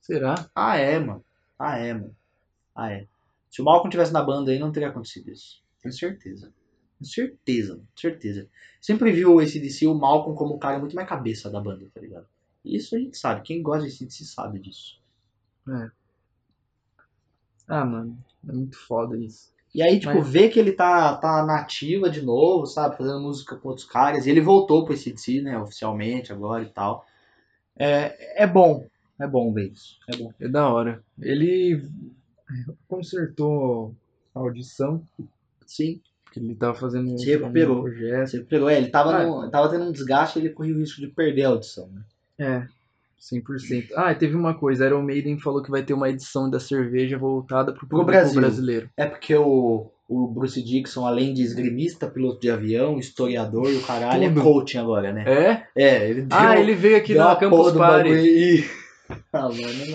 Speaker 1: Será?
Speaker 2: Ah, é, mano. Ah, é, mano. Ah, é. Se o Malcolm tivesse na banda aí, não teria acontecido isso. Tenho certeza. Tenho certeza, mano. Certeza. Sempre viu o ACDC, o Malcolm, como um cara muito mais cabeça da banda, tá ligado? E Isso a gente sabe. Quem gosta de ACDC sabe disso.
Speaker 1: Ah, mano, é muito foda isso.
Speaker 2: E aí, tipo,
Speaker 1: Mas-
Speaker 2: ver que ele tá, tá na ativa de novo, sabe? Fazendo música com outros caras. E ele voltou pro ACDC, né? Oficialmente agora e tal. É, é bom. É bom ver isso. É bom.
Speaker 1: É da hora. Ele consertou a audição,
Speaker 2: Sim.
Speaker 1: porque ele tava fazendo
Speaker 2: Se recuperou.
Speaker 1: um projeto.
Speaker 2: Você pegou, é, ele tava,
Speaker 1: Ah,
Speaker 2: num- tava tendo um desgaste e ele corria o risco de perder a audição, né?
Speaker 1: É, 100%. Ah, e teve uma coisa, Iron Maiden falou que vai ter uma edição da cerveja voltada pro público
Speaker 2: Brasil.
Speaker 1: brasileiro.
Speaker 2: É porque o, o Bruce Dixon, além de esgrimista, piloto de avião, historiador e o caralho, é
Speaker 1: Tudo.
Speaker 2: coaching agora, né?
Speaker 1: É?
Speaker 2: É, ele deu,
Speaker 1: Ah, ele veio aqui
Speaker 2: deu
Speaker 1: na
Speaker 2: a porra
Speaker 1: Campus
Speaker 2: do
Speaker 1: Party.
Speaker 2: bagulho aí. [laughs] Ah, mano,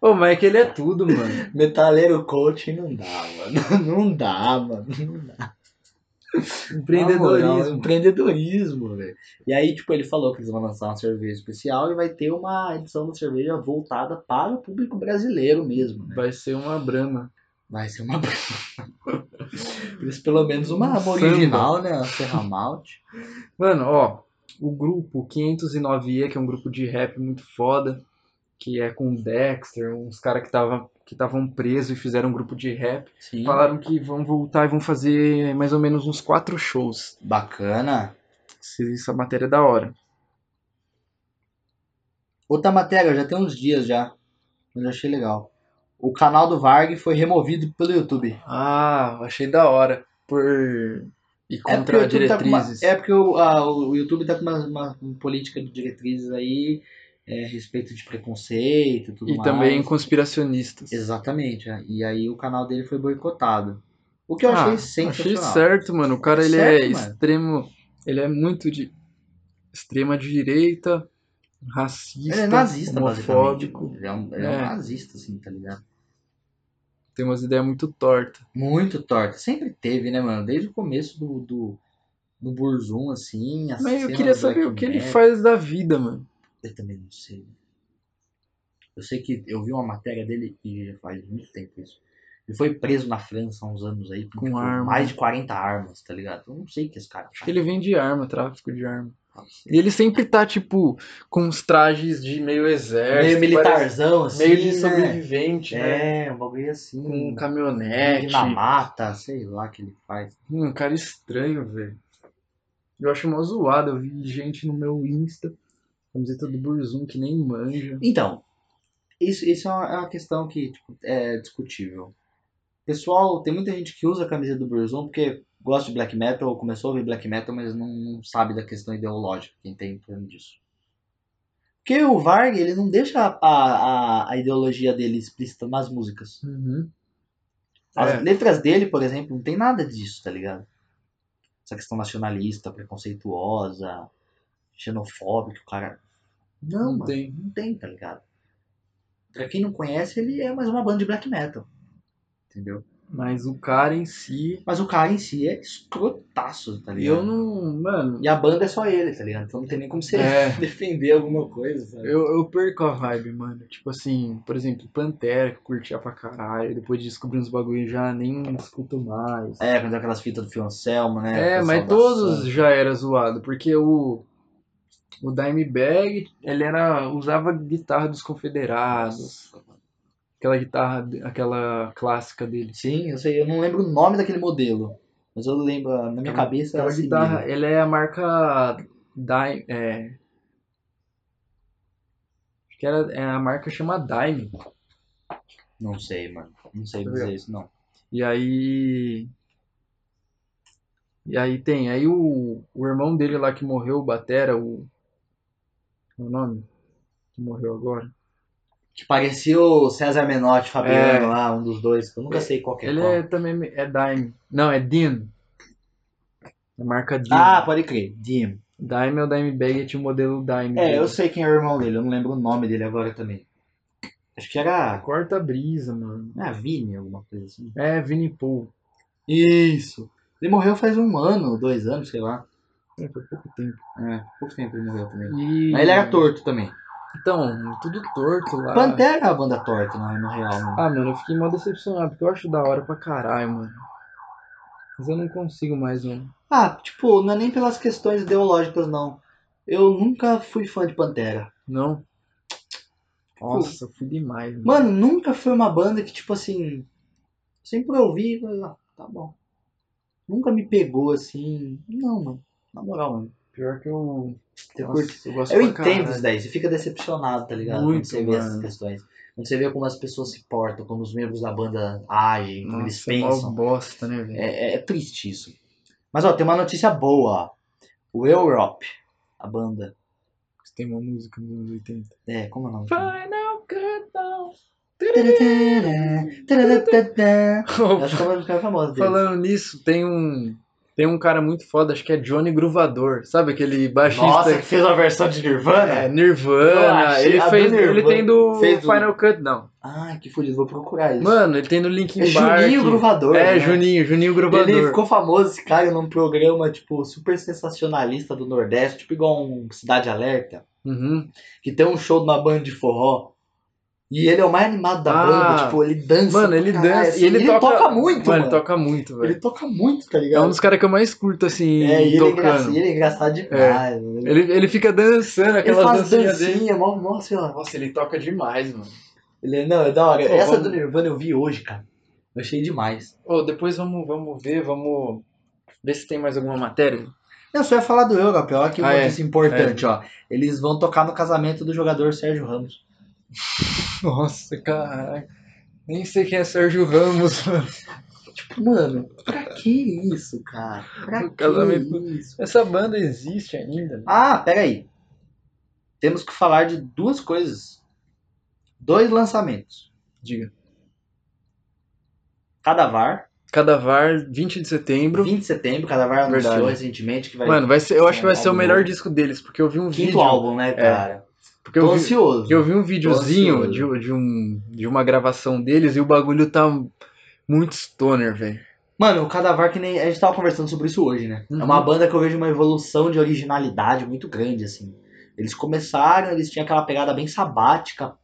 Speaker 2: não.
Speaker 1: Ô, mas é que ele é tudo,
Speaker 2: [laughs]
Speaker 1: mano.
Speaker 2: Metaleiro coaching não dá, mano. [laughs] Não dá, mano. Não dá. Na moral,
Speaker 1: Empreendedorismo.
Speaker 2: empreendedorismo, velho. E aí, tipo, ele falou que eles vão lançar uma cerveja especial e vai ter uma edição da cerveja voltada para o público brasileiro mesmo, né?
Speaker 1: Vai ser uma brama.
Speaker 2: Vai ser uma. [laughs] Eles pelo menos uma
Speaker 1: Samba.
Speaker 2: original, né? A Serra Malte.
Speaker 1: Mano, ó, o grupo 509E, que é um grupo de rap muito foda, que é com o Dexter, uns caras que estavam que estavam presos e fizeram um grupo de rap,
Speaker 2: Sim.
Speaker 1: falaram que vão voltar e vão fazer mais ou menos uns quatro shows.
Speaker 2: Bacana.
Speaker 1: Se- Essa matéria é da hora.
Speaker 2: Outra matéria, já tem uns dias já. Mas eu achei legal. O canal do Varg foi removido pelo YouTube.
Speaker 1: Ah, achei da hora. Por e
Speaker 2: porque o
Speaker 1: contra
Speaker 2: YouTube tá com uma-
Speaker 1: diretrizes.
Speaker 2: é porque o, a- o YouTube tá com uma, uma política de diretrizes aí é, a respeito de preconceito e tudo
Speaker 1: E
Speaker 2: mais.
Speaker 1: também conspiracionistas.
Speaker 2: Exatamente. é. E aí o canal dele foi boicotado. O que eu achei
Speaker 1: Ah, Achei
Speaker 2: sensacional.
Speaker 1: certo, mano. O cara ele é
Speaker 2: Certo, mano.
Speaker 1: extremo. Ele é muito de extrema direita, racista,
Speaker 2: Ele é nazista,
Speaker 1: homofóbico.
Speaker 2: basicamente. Ele é um, ele é um
Speaker 1: É.
Speaker 2: nazista, assim, tá ligado?
Speaker 1: Tem umas ideias muito tortas.
Speaker 2: Muito torta. Sempre teve, né, mano? Desde o começo do, do, do Burzum, assim. a
Speaker 1: Mas eu
Speaker 2: cena
Speaker 1: queria
Speaker 2: do
Speaker 1: saber
Speaker 2: Black
Speaker 1: o que ele
Speaker 2: Metal.
Speaker 1: faz da vida, mano.
Speaker 2: Eu também não sei. Eu sei que eu vi uma matéria dele e já faz muito tempo isso. Ele foi preso na França há uns anos aí com
Speaker 1: Com
Speaker 2: tipo,
Speaker 1: arma.
Speaker 2: mais de 40 armas, tá ligado? Eu não sei o que esse cara
Speaker 1: Acho
Speaker 2: faz.
Speaker 1: que ele vende arma, tráfico de arma.
Speaker 2: não sei.
Speaker 1: E ele sempre tá, tipo, com os trajes de meio exército.
Speaker 2: É Meio
Speaker 1: parece-
Speaker 2: militarzão, assim.
Speaker 1: Meio de
Speaker 2: né?
Speaker 1: sobrevivente, né?
Speaker 2: É, um bagulho assim.
Speaker 1: Com
Speaker 2: sangue
Speaker 1: caminhonete.
Speaker 2: na mata, sei lá o que ele faz.
Speaker 1: Hum, um cara estranho, velho. Eu acho mó zoado. Eu vi gente no meu Insta, camiseta do Burzum, que nem manja.
Speaker 2: Então, isso, isso é uma é uma questão que tipo, é discutível. Pessoal, tem muita gente que usa a camisa do Burzum porque gosta de black metal, começou a ouvir black metal, mas não, não sabe da questão ideológica que tem em torno disso. Porque o Varg, ele não deixa a, a, a ideologia dele explícita nas músicas.
Speaker 1: Uhum.
Speaker 2: As
Speaker 1: É.
Speaker 2: letras dele, por exemplo, não tem nada disso, tá ligado? Essa questão nacionalista, preconceituosa, xenofóbica, o cara. Não,
Speaker 1: Não
Speaker 2: mano,
Speaker 1: tem.
Speaker 2: não tem, tá ligado? Pra quem não conhece, ele é mais uma banda de black metal. Entendeu?
Speaker 1: Mas o cara em si.
Speaker 2: Mas o cara em si é escrotaço, tá
Speaker 1: E
Speaker 2: ligado?
Speaker 1: eu não. Mano,
Speaker 2: E a banda é só ele, tá ligado? Então não tem nem como você
Speaker 1: É.
Speaker 2: [laughs] defender alguma coisa, sabe?
Speaker 1: eu, eu perco a vibe, mano. Tipo assim, por exemplo, Pantera, que eu curtia pra caralho. Depois de descobrir uns bagulho já nem escuto mais.
Speaker 2: É, quando é aquelas fitas do Fio Anselmo, né?
Speaker 1: É,
Speaker 2: Com
Speaker 1: mas
Speaker 2: saudação.
Speaker 1: todos já era zoado, porque o o Dimebag, ele era usava guitarra dos Confederados, aquela guitarra, aquela clássica dele.
Speaker 2: Sim, eu sei, eu não lembro o nome daquele modelo. Mas eu lembro, na minha
Speaker 1: Aquela-
Speaker 2: cabeça
Speaker 1: Aquela
Speaker 2: era assim.
Speaker 1: um guitarra, ele é a marca Dime, é acho que era é a marca chama Dime.
Speaker 2: Não sei, mano. Não sei
Speaker 1: Tá
Speaker 2: dizer
Speaker 1: vendo?
Speaker 2: isso, não.
Speaker 1: E aí E aí tem, aí o, o irmão dele lá que morreu, o Batera, o o nome que morreu agora.
Speaker 2: Que parecia o César Menotti, Fabiano
Speaker 1: É.
Speaker 2: lá, um dos dois, que eu nunca sei qual que é
Speaker 1: Ele
Speaker 2: qual.
Speaker 1: é também é Dime. Não, é Dean. A marca Dean.
Speaker 2: Ah, pode crer, Dim.
Speaker 1: Dime é o Dime Baggett, o modelo Dime.
Speaker 2: É, eu sei quem é o irmão dele, eu não lembro o nome dele agora também. Acho que era
Speaker 1: Corta a brisa, mano.
Speaker 2: ah, Vini, alguma coisa assim.
Speaker 1: É, Vini Paul.
Speaker 2: Isso. Ele morreu faz um ano, dois anos, sei lá.
Speaker 1: É, Foi pouco tempo.
Speaker 2: É, pouco tempo ele morreu também.
Speaker 1: E...
Speaker 2: Mas ele era torto também.
Speaker 1: Então, tudo torto lá.
Speaker 2: Pantera é a banda torta, não é no real, não.
Speaker 1: Ah, mano, eu fiquei mal decepcionado, porque eu acho da hora pra caralho, mano. Mas eu não consigo mais, mano.
Speaker 2: Ah, tipo, não é nem pelas questões ideológicas, não. Eu nunca fui fã de Pantera.
Speaker 1: Não. Nossa, eu fui demais, mano.
Speaker 2: Mano, nunca foi uma banda que, tipo assim. Sempre ouvi, mas, ah, tá bom. Nunca me pegou assim. Não, mano. Na moral, mano.
Speaker 1: Pior que eu.
Speaker 2: Você
Speaker 1: Nossa,
Speaker 2: curte?
Speaker 1: eu gosto
Speaker 2: Eu
Speaker 1: pra
Speaker 2: entendo
Speaker 1: caralho.
Speaker 2: isso daí. Você fica decepcionado, tá ligado?
Speaker 1: Muito,
Speaker 2: quando você vê
Speaker 1: mano.
Speaker 2: essas questões. Quando você vê como as pessoas se portam, como os membros da banda agem, como eles
Speaker 1: Nossa, é mó
Speaker 2: pensam.
Speaker 1: bosta, né, velho?
Speaker 2: É, é- é triste isso. Mas, ó, tem uma notícia boa. ó. O Europe, a banda.
Speaker 1: Tem uma música dos anos 80.
Speaker 2: É, como é o nome?
Speaker 1: Final Countdown.
Speaker 2: Acho que é uma música famosa
Speaker 1: [laughs]
Speaker 2: dele.
Speaker 1: Falando nisso, tem um tem um cara muito foda, acho que é Johnny Gruvador, sabe aquele baixista
Speaker 2: Nossa, que fez uma versão de
Speaker 1: é,
Speaker 2: Nirvana? Eu
Speaker 1: Nirvana,
Speaker 2: achei
Speaker 1: ele
Speaker 2: a do
Speaker 1: fez, ele
Speaker 2: Nirvana.
Speaker 1: tem do
Speaker 2: Fez do-
Speaker 1: Final Cut, não.
Speaker 2: Ai, que fodido, vou procurar isso.
Speaker 1: Mano, ele tem do Linkin
Speaker 2: é
Speaker 1: Park.
Speaker 2: Juninho Gruvador.
Speaker 1: É,
Speaker 2: né?
Speaker 1: Juninho, Juninho Gruvador.
Speaker 2: Ele ficou famoso, esse cara, num programa, tipo, super sensacionalista do Nordeste, tipo igual um Cidade Alerta,
Speaker 1: Uhum.
Speaker 2: que tem um show de uma banda de forró. E ele é o mais animado da
Speaker 1: Ah.
Speaker 2: banda, tipo, ele dança.
Speaker 1: Mano,
Speaker 2: pra
Speaker 1: ele
Speaker 2: caralho,
Speaker 1: dança
Speaker 2: assim,
Speaker 1: e ele, toca,
Speaker 2: muito,
Speaker 1: mano.
Speaker 2: mano.
Speaker 1: Ele toca muito, velho.
Speaker 2: Ele toca muito, tá
Speaker 1: É um
Speaker 2: ligado?
Speaker 1: dos caras que eu mais curto assim
Speaker 2: É, e ele é, engraçado,
Speaker 1: tocando.
Speaker 2: ele é engraçado demais. mano. Ele,
Speaker 1: Ele, ele fica dançando
Speaker 2: ele
Speaker 1: aquelas
Speaker 2: faz
Speaker 1: dancinhas dele.
Speaker 2: dancinha, mó, mó, sei lá.
Speaker 1: Nossa, ele toca demais, mano.
Speaker 2: Ele é, não, é da hora.
Speaker 1: Pô,
Speaker 2: Essa
Speaker 1: vamos-
Speaker 2: do Nirvana eu vi hoje, cara. Eu achei demais.
Speaker 1: Ô, depois vamos, vamos ver, vamos ver se tem mais alguma matéria.
Speaker 2: Eu só ia falar do Europe, ó, que
Speaker 1: Ah, é.
Speaker 2: notícia importante, ó. Eles vão tocar no casamento do jogador Sérgio Ramos.
Speaker 1: Nossa, caralho. Nem sei quem é Sérgio Ramos, [laughs] mano.
Speaker 2: Tipo, mano, pra que isso, cara? Pra
Speaker 1: No
Speaker 2: que
Speaker 1: casamento.
Speaker 2: isso?
Speaker 1: Essa banda existe ainda?
Speaker 2: Ah, peraí. Temos que falar de duas coisas. Dois lançamentos.
Speaker 1: Diga.
Speaker 2: Cadavar,
Speaker 1: Cadavar, 20 de setembro.
Speaker 2: 20 de setembro, Cadavar anunciou
Speaker 1: Verdade.
Speaker 2: recentemente que vai
Speaker 1: Mano, vai ser, eu acho que vai ser o
Speaker 2: Álbum
Speaker 1: melhor
Speaker 2: novo.
Speaker 1: disco deles, porque eu vi um
Speaker 2: quinto
Speaker 1: vídeo.
Speaker 2: álbum, né, cara?
Speaker 1: Porque
Speaker 2: Tô
Speaker 1: eu vi,
Speaker 2: ansioso.
Speaker 1: eu vi um videozinho
Speaker 2: ansioso.
Speaker 1: de, de, um, de uma gravação deles e o bagulho tá muito stoner, velho.
Speaker 2: Mano, o Cadavar, que nem. A gente tava conversando sobre isso hoje, né?
Speaker 1: Uhum.
Speaker 2: É uma banda que eu vejo uma evolução de originalidade muito grande, assim. Eles começaram, eles tinham aquela pegada bem sabática.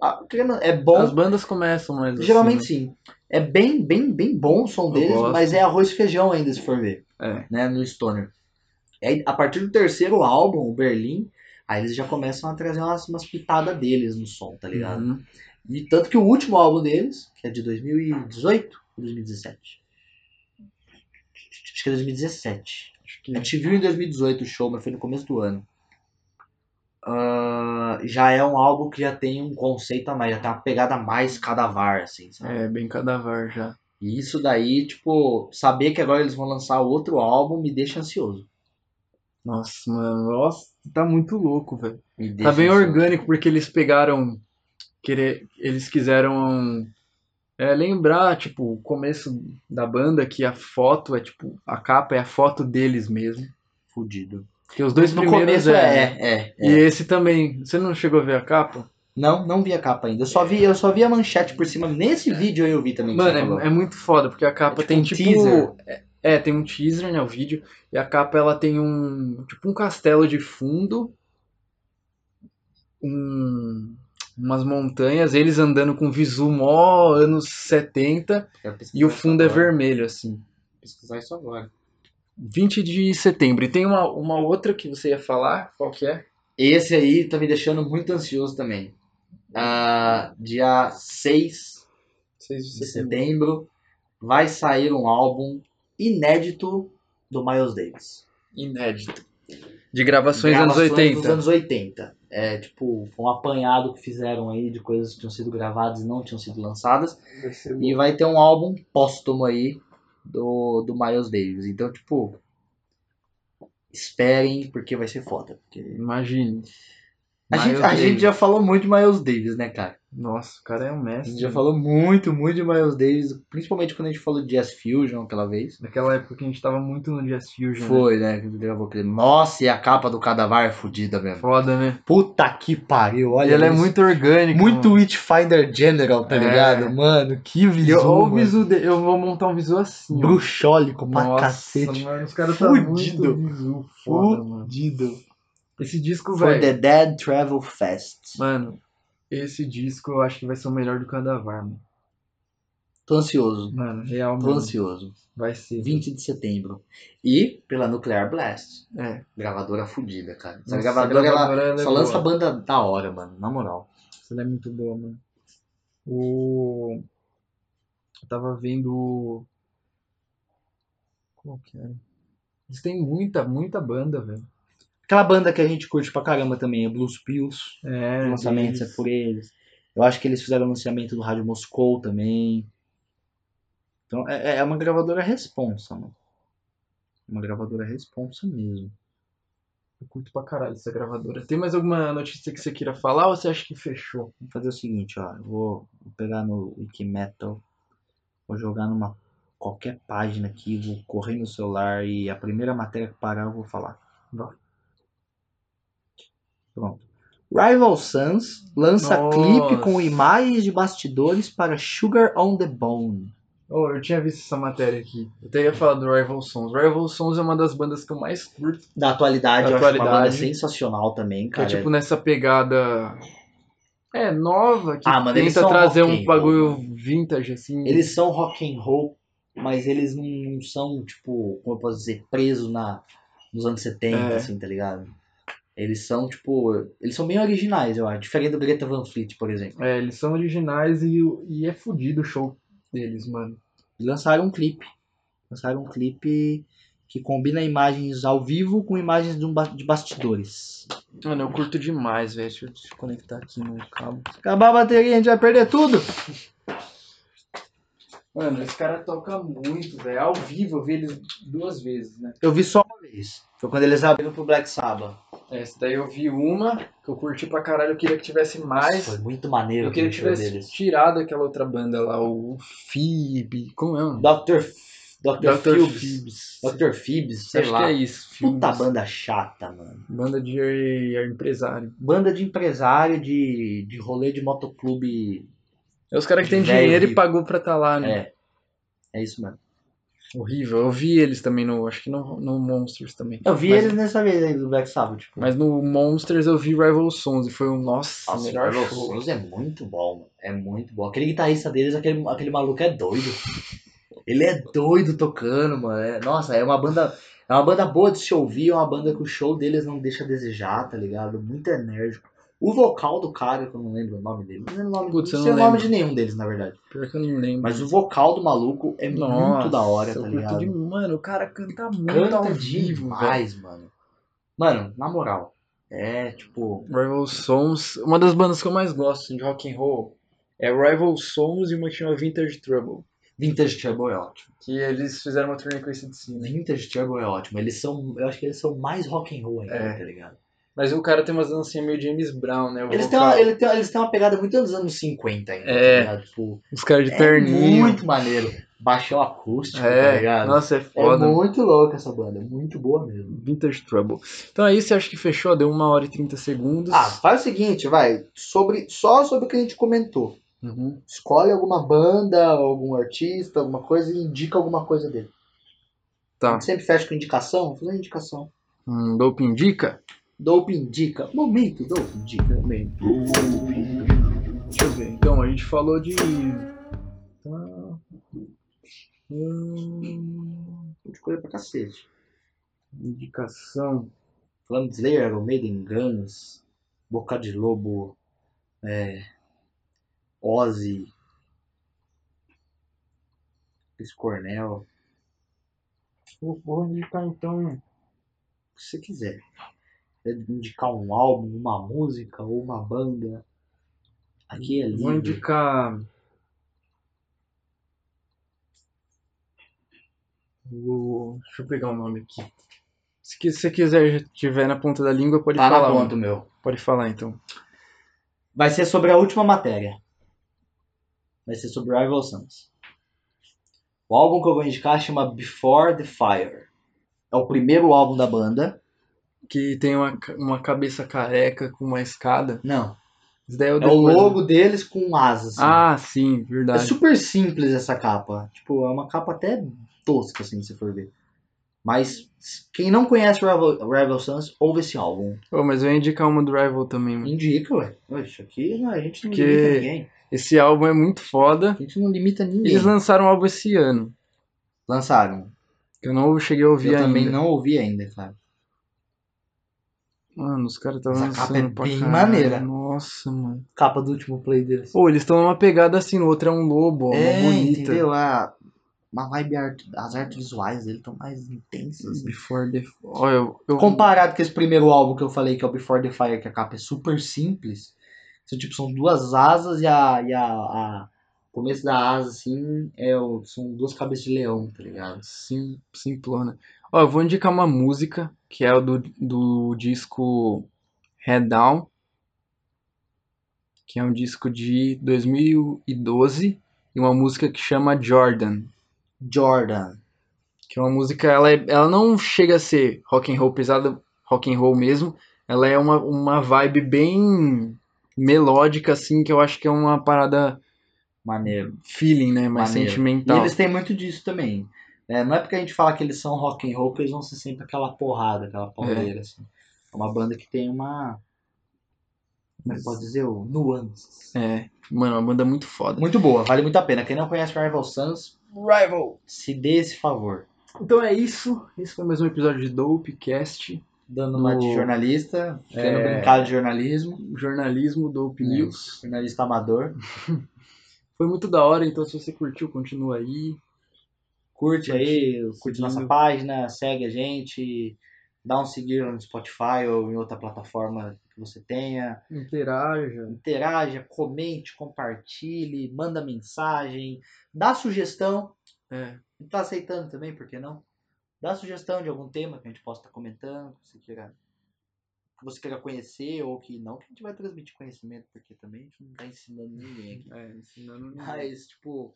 Speaker 2: Ah, querendo- É
Speaker 1: As
Speaker 2: bom.
Speaker 1: bandas começam, mas. assim,
Speaker 2: geralmente sim. É bem, bem, bem bom o som deles,
Speaker 1: gosto.
Speaker 2: mas é arroz e feijão ainda, se for ver.
Speaker 1: É.
Speaker 2: Né? No Stoner. E aí, a partir do terceiro álbum, o Berlim, aí eles já começam a trazer umas, umas pitadas deles no som, tá ligado?
Speaker 1: Uhum.
Speaker 2: E tanto que o último álbum deles, que é de 2018 ou 2017? Acho que é 2017.
Speaker 1: Acho que.
Speaker 2: A gente viu em 2018 o show, mas foi no começo do ano. Ah, já é um álbum que já tem um conceito a mais, já tem uma pegada mais cadavar, assim, sabe?
Speaker 1: É, bem cadavar já.
Speaker 2: E isso daí, tipo, saber que agora eles vão lançar outro álbum me deixa ansioso.
Speaker 1: Nossa, mano, nossa, tá muito louco, velho.
Speaker 2: Me
Speaker 1: Tá
Speaker 2: deixa
Speaker 1: bem
Speaker 2: ansioso.
Speaker 1: orgânico porque eles pegaram. Querer, eles quiseram é, lembrar, tipo, o começo da banda que a foto é tipo. A capa é a foto deles mesmo.
Speaker 2: Fudido.
Speaker 1: Porque os dois
Speaker 2: no
Speaker 1: primeiros
Speaker 2: começo
Speaker 1: eram.
Speaker 2: é, é, é,
Speaker 1: E esse também. Você não chegou a ver a capa?
Speaker 2: Não, não vi a capa ainda. Eu só vi, eu só vi a manchete por cima. Nesse vídeo aí eu vi também. que você
Speaker 1: É. Mano,
Speaker 2: falou.
Speaker 1: é, é muito foda, porque a capa
Speaker 2: tá tipo
Speaker 1: tem
Speaker 2: um
Speaker 1: tipo.
Speaker 2: teaser.
Speaker 1: É, é, tem um teaser, né? O vídeo. E a capa ela tem um. Tipo um castelo de fundo. Um, umas montanhas, eles andando com visu mó anos 70
Speaker 2: Quero pesquisar
Speaker 1: e o
Speaker 2: isso
Speaker 1: fundo é
Speaker 2: agora.
Speaker 1: vermelho, assim.
Speaker 2: Pesquisar isso agora.
Speaker 1: 20 de setembro. E tem uma, uma outra que você ia falar, qual que é?
Speaker 2: Esse aí tá me deixando muito ansioso também. Ah, dia 6
Speaker 1: 6
Speaker 2: de setembro vai sair um álbum inédito do Miles Davis.
Speaker 1: Inédito. De gravações, anos
Speaker 2: Gravações
Speaker 1: 80.
Speaker 2: Dos anos 80. É, tipo, foi um apanhado que fizeram aí de coisas que tinham sido gravadas e não tinham sido lançadas. E vai ter um álbum póstumo aí do, do Miles Davis. Então, tipo, esperem, porque vai ser foda. Porque...
Speaker 1: Imagine.
Speaker 2: A, gente,
Speaker 1: Miles
Speaker 2: a gente
Speaker 1: Davis.
Speaker 2: já falou muito de Miles Davis, né, cara?
Speaker 1: Nossa, o cara é um
Speaker 2: A
Speaker 1: mestre.
Speaker 2: gente já falou muito, muito de Miles Davis, principalmente quando a gente falou de Jazz Fusion aquela vez.
Speaker 1: Naquela época que a gente tava muito no Jazz Fusion. né?
Speaker 2: Foi, né? Que gravou aquele. Nossa, e a capa do Cadavar é fodida mesmo.
Speaker 1: Foda, né?
Speaker 2: Puta que pariu,
Speaker 1: E
Speaker 2: olha.
Speaker 1: ela é
Speaker 2: isso.
Speaker 1: muito orgânica.
Speaker 2: Muito
Speaker 1: mano.
Speaker 2: Witchfinder General, tá
Speaker 1: É.
Speaker 2: ligado? Mano, que
Speaker 1: E Eu, ó,
Speaker 2: visual.
Speaker 1: o visu de- eu vou montar um visu assim. ó.
Speaker 2: Bruxólico pra
Speaker 1: Nossa,
Speaker 2: cacete.
Speaker 1: mano, os caras tá muito
Speaker 2: Fudido.
Speaker 1: visu. Foda, mano.
Speaker 2: Fudido.
Speaker 1: Esse disco,
Speaker 2: For
Speaker 1: velho.
Speaker 2: the Dead Travel Fest.
Speaker 1: Mano, esse disco eu acho que vai ser o melhor do Candavar, mano.
Speaker 2: Tô ansioso.
Speaker 1: Mano, real,
Speaker 2: Tô
Speaker 1: mano.
Speaker 2: ansioso.
Speaker 1: Vai ser.
Speaker 2: 20 de setembro. E pela Nuclear Blast.
Speaker 1: É.
Speaker 2: Gravadora fudida, cara. Essa
Speaker 1: Nossa,
Speaker 2: gravadora,
Speaker 1: a
Speaker 2: ela,
Speaker 1: gravadora, ela é
Speaker 2: só lança
Speaker 1: boa.
Speaker 2: banda da hora, mano. Na moral.
Speaker 1: Ela é muito boa, mano. O. Eu tava vendo. o- Qual que era? Eles têm muita, muita banda, velho.
Speaker 2: Aquela banda que a gente curte pra caramba também é Blues Pills.
Speaker 1: É.
Speaker 2: Os lançamentos
Speaker 1: deles.
Speaker 2: é por eles. Eu acho que eles fizeram o lançamento do Rádio Moscou também. Então é, é uma gravadora responsa, mano. É Uma gravadora responsa mesmo.
Speaker 1: Eu curto pra caralho essa gravadora. Tem mais alguma notícia que você queira falar ou você acha que fechou?
Speaker 2: Vou fazer o seguinte, ó. Eu vou pegar no Wikimetal, vou jogar numa qualquer página aqui, vou correr no celular e a primeira matéria que parar eu vou falar.
Speaker 1: Vai.
Speaker 2: Pronto. Rival Sons lança
Speaker 1: Nossa.
Speaker 2: clipe com imagens de bastidores para Sugar on the Bone.
Speaker 1: Oh, eu tinha visto essa matéria aqui. Eu até ia falar do Rival Sons. Rival Sons é uma das bandas que eu mais curto.
Speaker 2: Da atualidade,
Speaker 1: Da
Speaker 2: eu acho uma banda
Speaker 1: atualidade.
Speaker 2: sensacional também,
Speaker 1: Que é
Speaker 2: cara.
Speaker 1: tipo nessa pegada. É, nova, que
Speaker 2: Ah, mano, eles
Speaker 1: tenta
Speaker 2: são
Speaker 1: trazer
Speaker 2: rock
Speaker 1: um
Speaker 2: and
Speaker 1: bagulho
Speaker 2: roll,
Speaker 1: vintage, assim.
Speaker 2: Eles são rock and roll, mas eles não, não são, tipo, como eu posso dizer, presos na, nos anos 70,
Speaker 1: É.
Speaker 2: assim, tá ligado? Eles são, tipo, eles são bem originais, eu acho. Diferente do Greta Van Fleet, por exemplo.
Speaker 1: É, eles são originais e, e é fudido o show deles, mano.
Speaker 2: E lançaram um clipe. Lançaram um clipe que combina imagens ao vivo com imagens de, um ba- de bastidores.
Speaker 1: Mano, eu curto demais, velho. Deixa eu desconectar aqui no cabo.
Speaker 2: Se acabar a bateria, a gente vai perder tudo.
Speaker 1: Mano, esse cara toca muito, velho. Ao vivo eu vi ele duas vezes, né?
Speaker 2: Eu vi só uma vez. Foi quando eles abriram pro Black Sabbath.
Speaker 1: É, Essa daí eu vi uma, que eu curti pra caralho. Eu queria que tivesse mais.
Speaker 2: Foi muito maneiro
Speaker 1: Eu queria
Speaker 2: o
Speaker 1: que
Speaker 2: show
Speaker 1: tivesse
Speaker 2: deles.
Speaker 1: tirado aquela outra banda lá, o Phoebe. Como é o nome?
Speaker 2: Dr. F- Dr. Phillips.
Speaker 1: Phoebes.
Speaker 2: Dr. Phoebs, sei
Speaker 1: Acho
Speaker 2: lá.
Speaker 1: que é isso.
Speaker 2: Puta
Speaker 1: Phoebes.
Speaker 2: banda chata, mano.
Speaker 1: Banda de empresário.
Speaker 2: Banda de empresário de, de rolê de motoclube.
Speaker 1: É os caras que têm
Speaker 2: Velho
Speaker 1: dinheiro e
Speaker 2: rico.
Speaker 1: pagou pra tá lá, né?
Speaker 2: É. É isso mesmo.
Speaker 1: Horrível. Eu vi eles também no. Acho que no, no Monsters também.
Speaker 2: Eu vi
Speaker 1: Mas-
Speaker 2: eles nessa vez aí do Black Sabbath. Tipo,
Speaker 1: Mas no Monsters eu vi Rival Sons e foi um nossa,
Speaker 2: Nossa,
Speaker 1: melhor
Speaker 2: o Carlos
Speaker 1: show.
Speaker 2: Souza é muito bom, mano. É muito bom. Aquele guitarrista deles, aquele, aquele maluco é doido. Ele é doido tocando, mano. É- nossa, é uma banda. É uma banda boa de se ouvir, é uma banda que o show deles não deixa a desejar, tá ligado? Muito enérgico. O vocal do cara, que eu não lembro o nome dele. Não lembro o nome,
Speaker 1: Putz, eu
Speaker 2: não sei
Speaker 1: não
Speaker 2: o nome
Speaker 1: lembro.
Speaker 2: de nenhum deles, na verdade.
Speaker 1: Pior que eu não lembro.
Speaker 2: Mas o vocal do maluco é
Speaker 1: Nossa,
Speaker 2: muito da hora,
Speaker 1: eu
Speaker 2: tá
Speaker 1: curto
Speaker 2: ligado?
Speaker 1: de- Mano, o cara canta muito ao
Speaker 2: Canta
Speaker 1: vivo, velho.
Speaker 2: demais, mano. Mano, na moral. É, tipo.
Speaker 1: Rival Sons, uma assim, das bandas que eu mais gosto de rock and roll é Rival Sons e uma que chama Vintage Trouble.
Speaker 2: Vintage Trouble é ótimo.
Speaker 1: Que eles fizeram uma turnê com esse de si, né?
Speaker 2: Vintage Trouble é ótimo. Eles são, eu acho que eles são mais rock and roll ainda,
Speaker 1: É.
Speaker 2: tá ligado?
Speaker 1: Mas o cara tem umas dancinhas meio James Brown, né? O
Speaker 2: Eles têm,
Speaker 1: vocal.
Speaker 2: uma, ele tem- eles têm uma pegada muito dos anos 50 ainda,
Speaker 1: É.
Speaker 2: tá ligado? Tipo,
Speaker 1: Os caras de
Speaker 2: é
Speaker 1: terninho.
Speaker 2: muito maneiro. Baixou acústico, tá
Speaker 1: É,
Speaker 2: ligado?
Speaker 1: nossa, é
Speaker 2: é
Speaker 1: foda.
Speaker 2: muito louca essa banda, é muito boa mesmo.
Speaker 1: Vintage Trouble. Então é isso, acho que fechou, deu 1 hora e 30 segundos.
Speaker 2: Ah, faz o seguinte, vai, sobre, só sobre o que a gente comentou.
Speaker 1: Uhum.
Speaker 2: Escolhe alguma banda, algum artista, alguma coisa e indica alguma coisa dele. A
Speaker 1: Tá.
Speaker 2: gente sempre fecha com indicação, vou fazer uma indicação.
Speaker 1: Hum, Dope indica?
Speaker 2: Dope indica. Momento, Dope indica.
Speaker 1: Deixa eu ver. Então, a gente falou de. Tá. Hum,
Speaker 2: De coisa pra cacete.
Speaker 1: indicação.
Speaker 2: Falando de Slayer, Iron Maiden, Guns, Boca de Lobo, é, Ozzy, Chris Cornell,
Speaker 1: Vou, vou indicar então.
Speaker 2: o que você quiser. É indicar um álbum, uma música ou uma banda. Aqui é
Speaker 1: Vou
Speaker 2: livre.
Speaker 1: indicar. O- Deixa eu pegar o nome aqui. Se qui- você quiser, já tiver na ponta da língua, pode
Speaker 2: Tá na
Speaker 1: falar. um.
Speaker 2: ponta, meu.
Speaker 1: Pode falar então.
Speaker 2: Vai ser sobre a última matéria. Vai ser sobre Rival Sons. O álbum que eu vou indicar chama Before the Fire. É o primeiro álbum da banda.
Speaker 1: Que tem uma, ca- uma cabeça careca com uma escada.
Speaker 2: Não.
Speaker 1: Isso daí é o,
Speaker 2: É o
Speaker 1: depois, né?
Speaker 2: logo deles com asas. assim.
Speaker 1: Ah, sim,
Speaker 2: é
Speaker 1: verdade.
Speaker 2: super simples essa capa. Tipo, é uma capa até tosca, assim, se for ver. Mas quem não conhece Rival, Rival Sons, ouve esse álbum.
Speaker 1: Pô, mas eu ia indicar uma do Rival também. mano.
Speaker 2: Indica, ué. Ué, Isso aqui não, a gente não
Speaker 1: Que-
Speaker 2: limita ninguém.
Speaker 1: Esse álbum é muito foda.
Speaker 2: A gente não limita ninguém.
Speaker 1: Eles lançaram um álbum esse ano.
Speaker 2: lançaram.
Speaker 1: Que eu não cheguei a ouvir
Speaker 2: Eu
Speaker 1: ainda.
Speaker 2: também não ouvi ainda, cara.
Speaker 1: Mano, os caras estavam
Speaker 2: Essa capa
Speaker 1: lançando
Speaker 2: é
Speaker 1: pra
Speaker 2: bem
Speaker 1: caralho.
Speaker 2: maneira.
Speaker 1: Nossa, mano.
Speaker 2: capa do último play deles.
Speaker 1: Pô, eles estão numa pegada assim, no outro é um lobo, ó,
Speaker 2: é,
Speaker 1: uma bonita.
Speaker 2: entendeu? A, uma vibe art, as artes visuais dele estão mais intensas. né?
Speaker 1: Before the. Ó, eu, eu-
Speaker 2: Comparado com esse primeiro álbum que eu falei, que é o Before the Fire, que a capa é super simples. São, tipo, são duas asas e a. E a, a- o começo da asa, assim, é o- são duas cabeças de leão, tá ligado?
Speaker 1: Sim, simplona. Ó, eu vou indicar uma música, que é o do, do disco Head Down, que é um disco de 2012, e uma música que chama Jordan.
Speaker 2: Jordan.
Speaker 1: Que é uma música, ela, é- ela não chega a ser rock and roll pesada, rock and roll mesmo. Ela é uma, uma vibe bem melódica, assim, que eu acho que é uma parada
Speaker 2: Maneiro.
Speaker 1: feeling, né? Mais
Speaker 2: Maneiro.
Speaker 1: sentimental.
Speaker 2: E eles têm muito disso também. É, não é porque a gente fala que eles são rock and roll que eles vão ser sempre aquela porrada, aquela pauleira, assim. É uma banda que tem uma. Como é que pode dizer? O nuances.
Speaker 1: É, mano, uma banda muito foda.
Speaker 2: Muito boa, vale muito a pena. Quem não conhece Rival Sons,
Speaker 1: Rival!
Speaker 2: se dê esse favor.
Speaker 1: Então é isso. Esse foi mais um episódio de Dopecast.
Speaker 2: Dando
Speaker 1: Do-
Speaker 2: uma de jornalista, querendo
Speaker 1: É.
Speaker 2: brincar de jornalismo.
Speaker 1: Jornalismo Dope News.
Speaker 2: Jornalista amador.
Speaker 1: Foi muito da hora, então se você curtiu, continua aí.
Speaker 2: Curte aí, curte
Speaker 1: seguindo.
Speaker 2: nossa página, segue a gente, dá um seguir no Spotify ou em outra plataforma que você tenha.
Speaker 1: Interaja.
Speaker 2: Interaja, comente, compartilhe, manda mensagem, dá sugestão.
Speaker 1: É.
Speaker 2: E tá aceitando também, por que não? Dá sugestão de algum tema que a gente possa estar comentando, que você queira, que você queira conhecer ou que não, que a gente vai transmitir conhecimento, porque também a gente não tá ensinando ninguém
Speaker 1: [laughs]
Speaker 2: aqui.
Speaker 1: É, ensinando ninguém.
Speaker 2: Mas, tipo,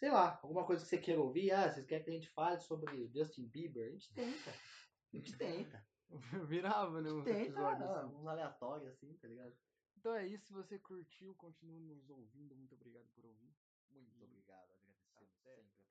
Speaker 2: sei lá, alguma coisa que você queira ouvir, ah, vocês querem que a gente fale sobre Justin Bieber? A gente tenta. A gente tenta.
Speaker 1: [laughs] Virava, né?
Speaker 2: A gente
Speaker 1: uns
Speaker 2: tenta,
Speaker 1: episódios
Speaker 2: ah,
Speaker 1: assim.
Speaker 2: uns aleatórios assim, tá ligado?
Speaker 1: Então é isso. Se você curtiu, continua nos ouvindo. Muito obrigado por ouvir.
Speaker 2: Muito obrigado, agradecemos sempre.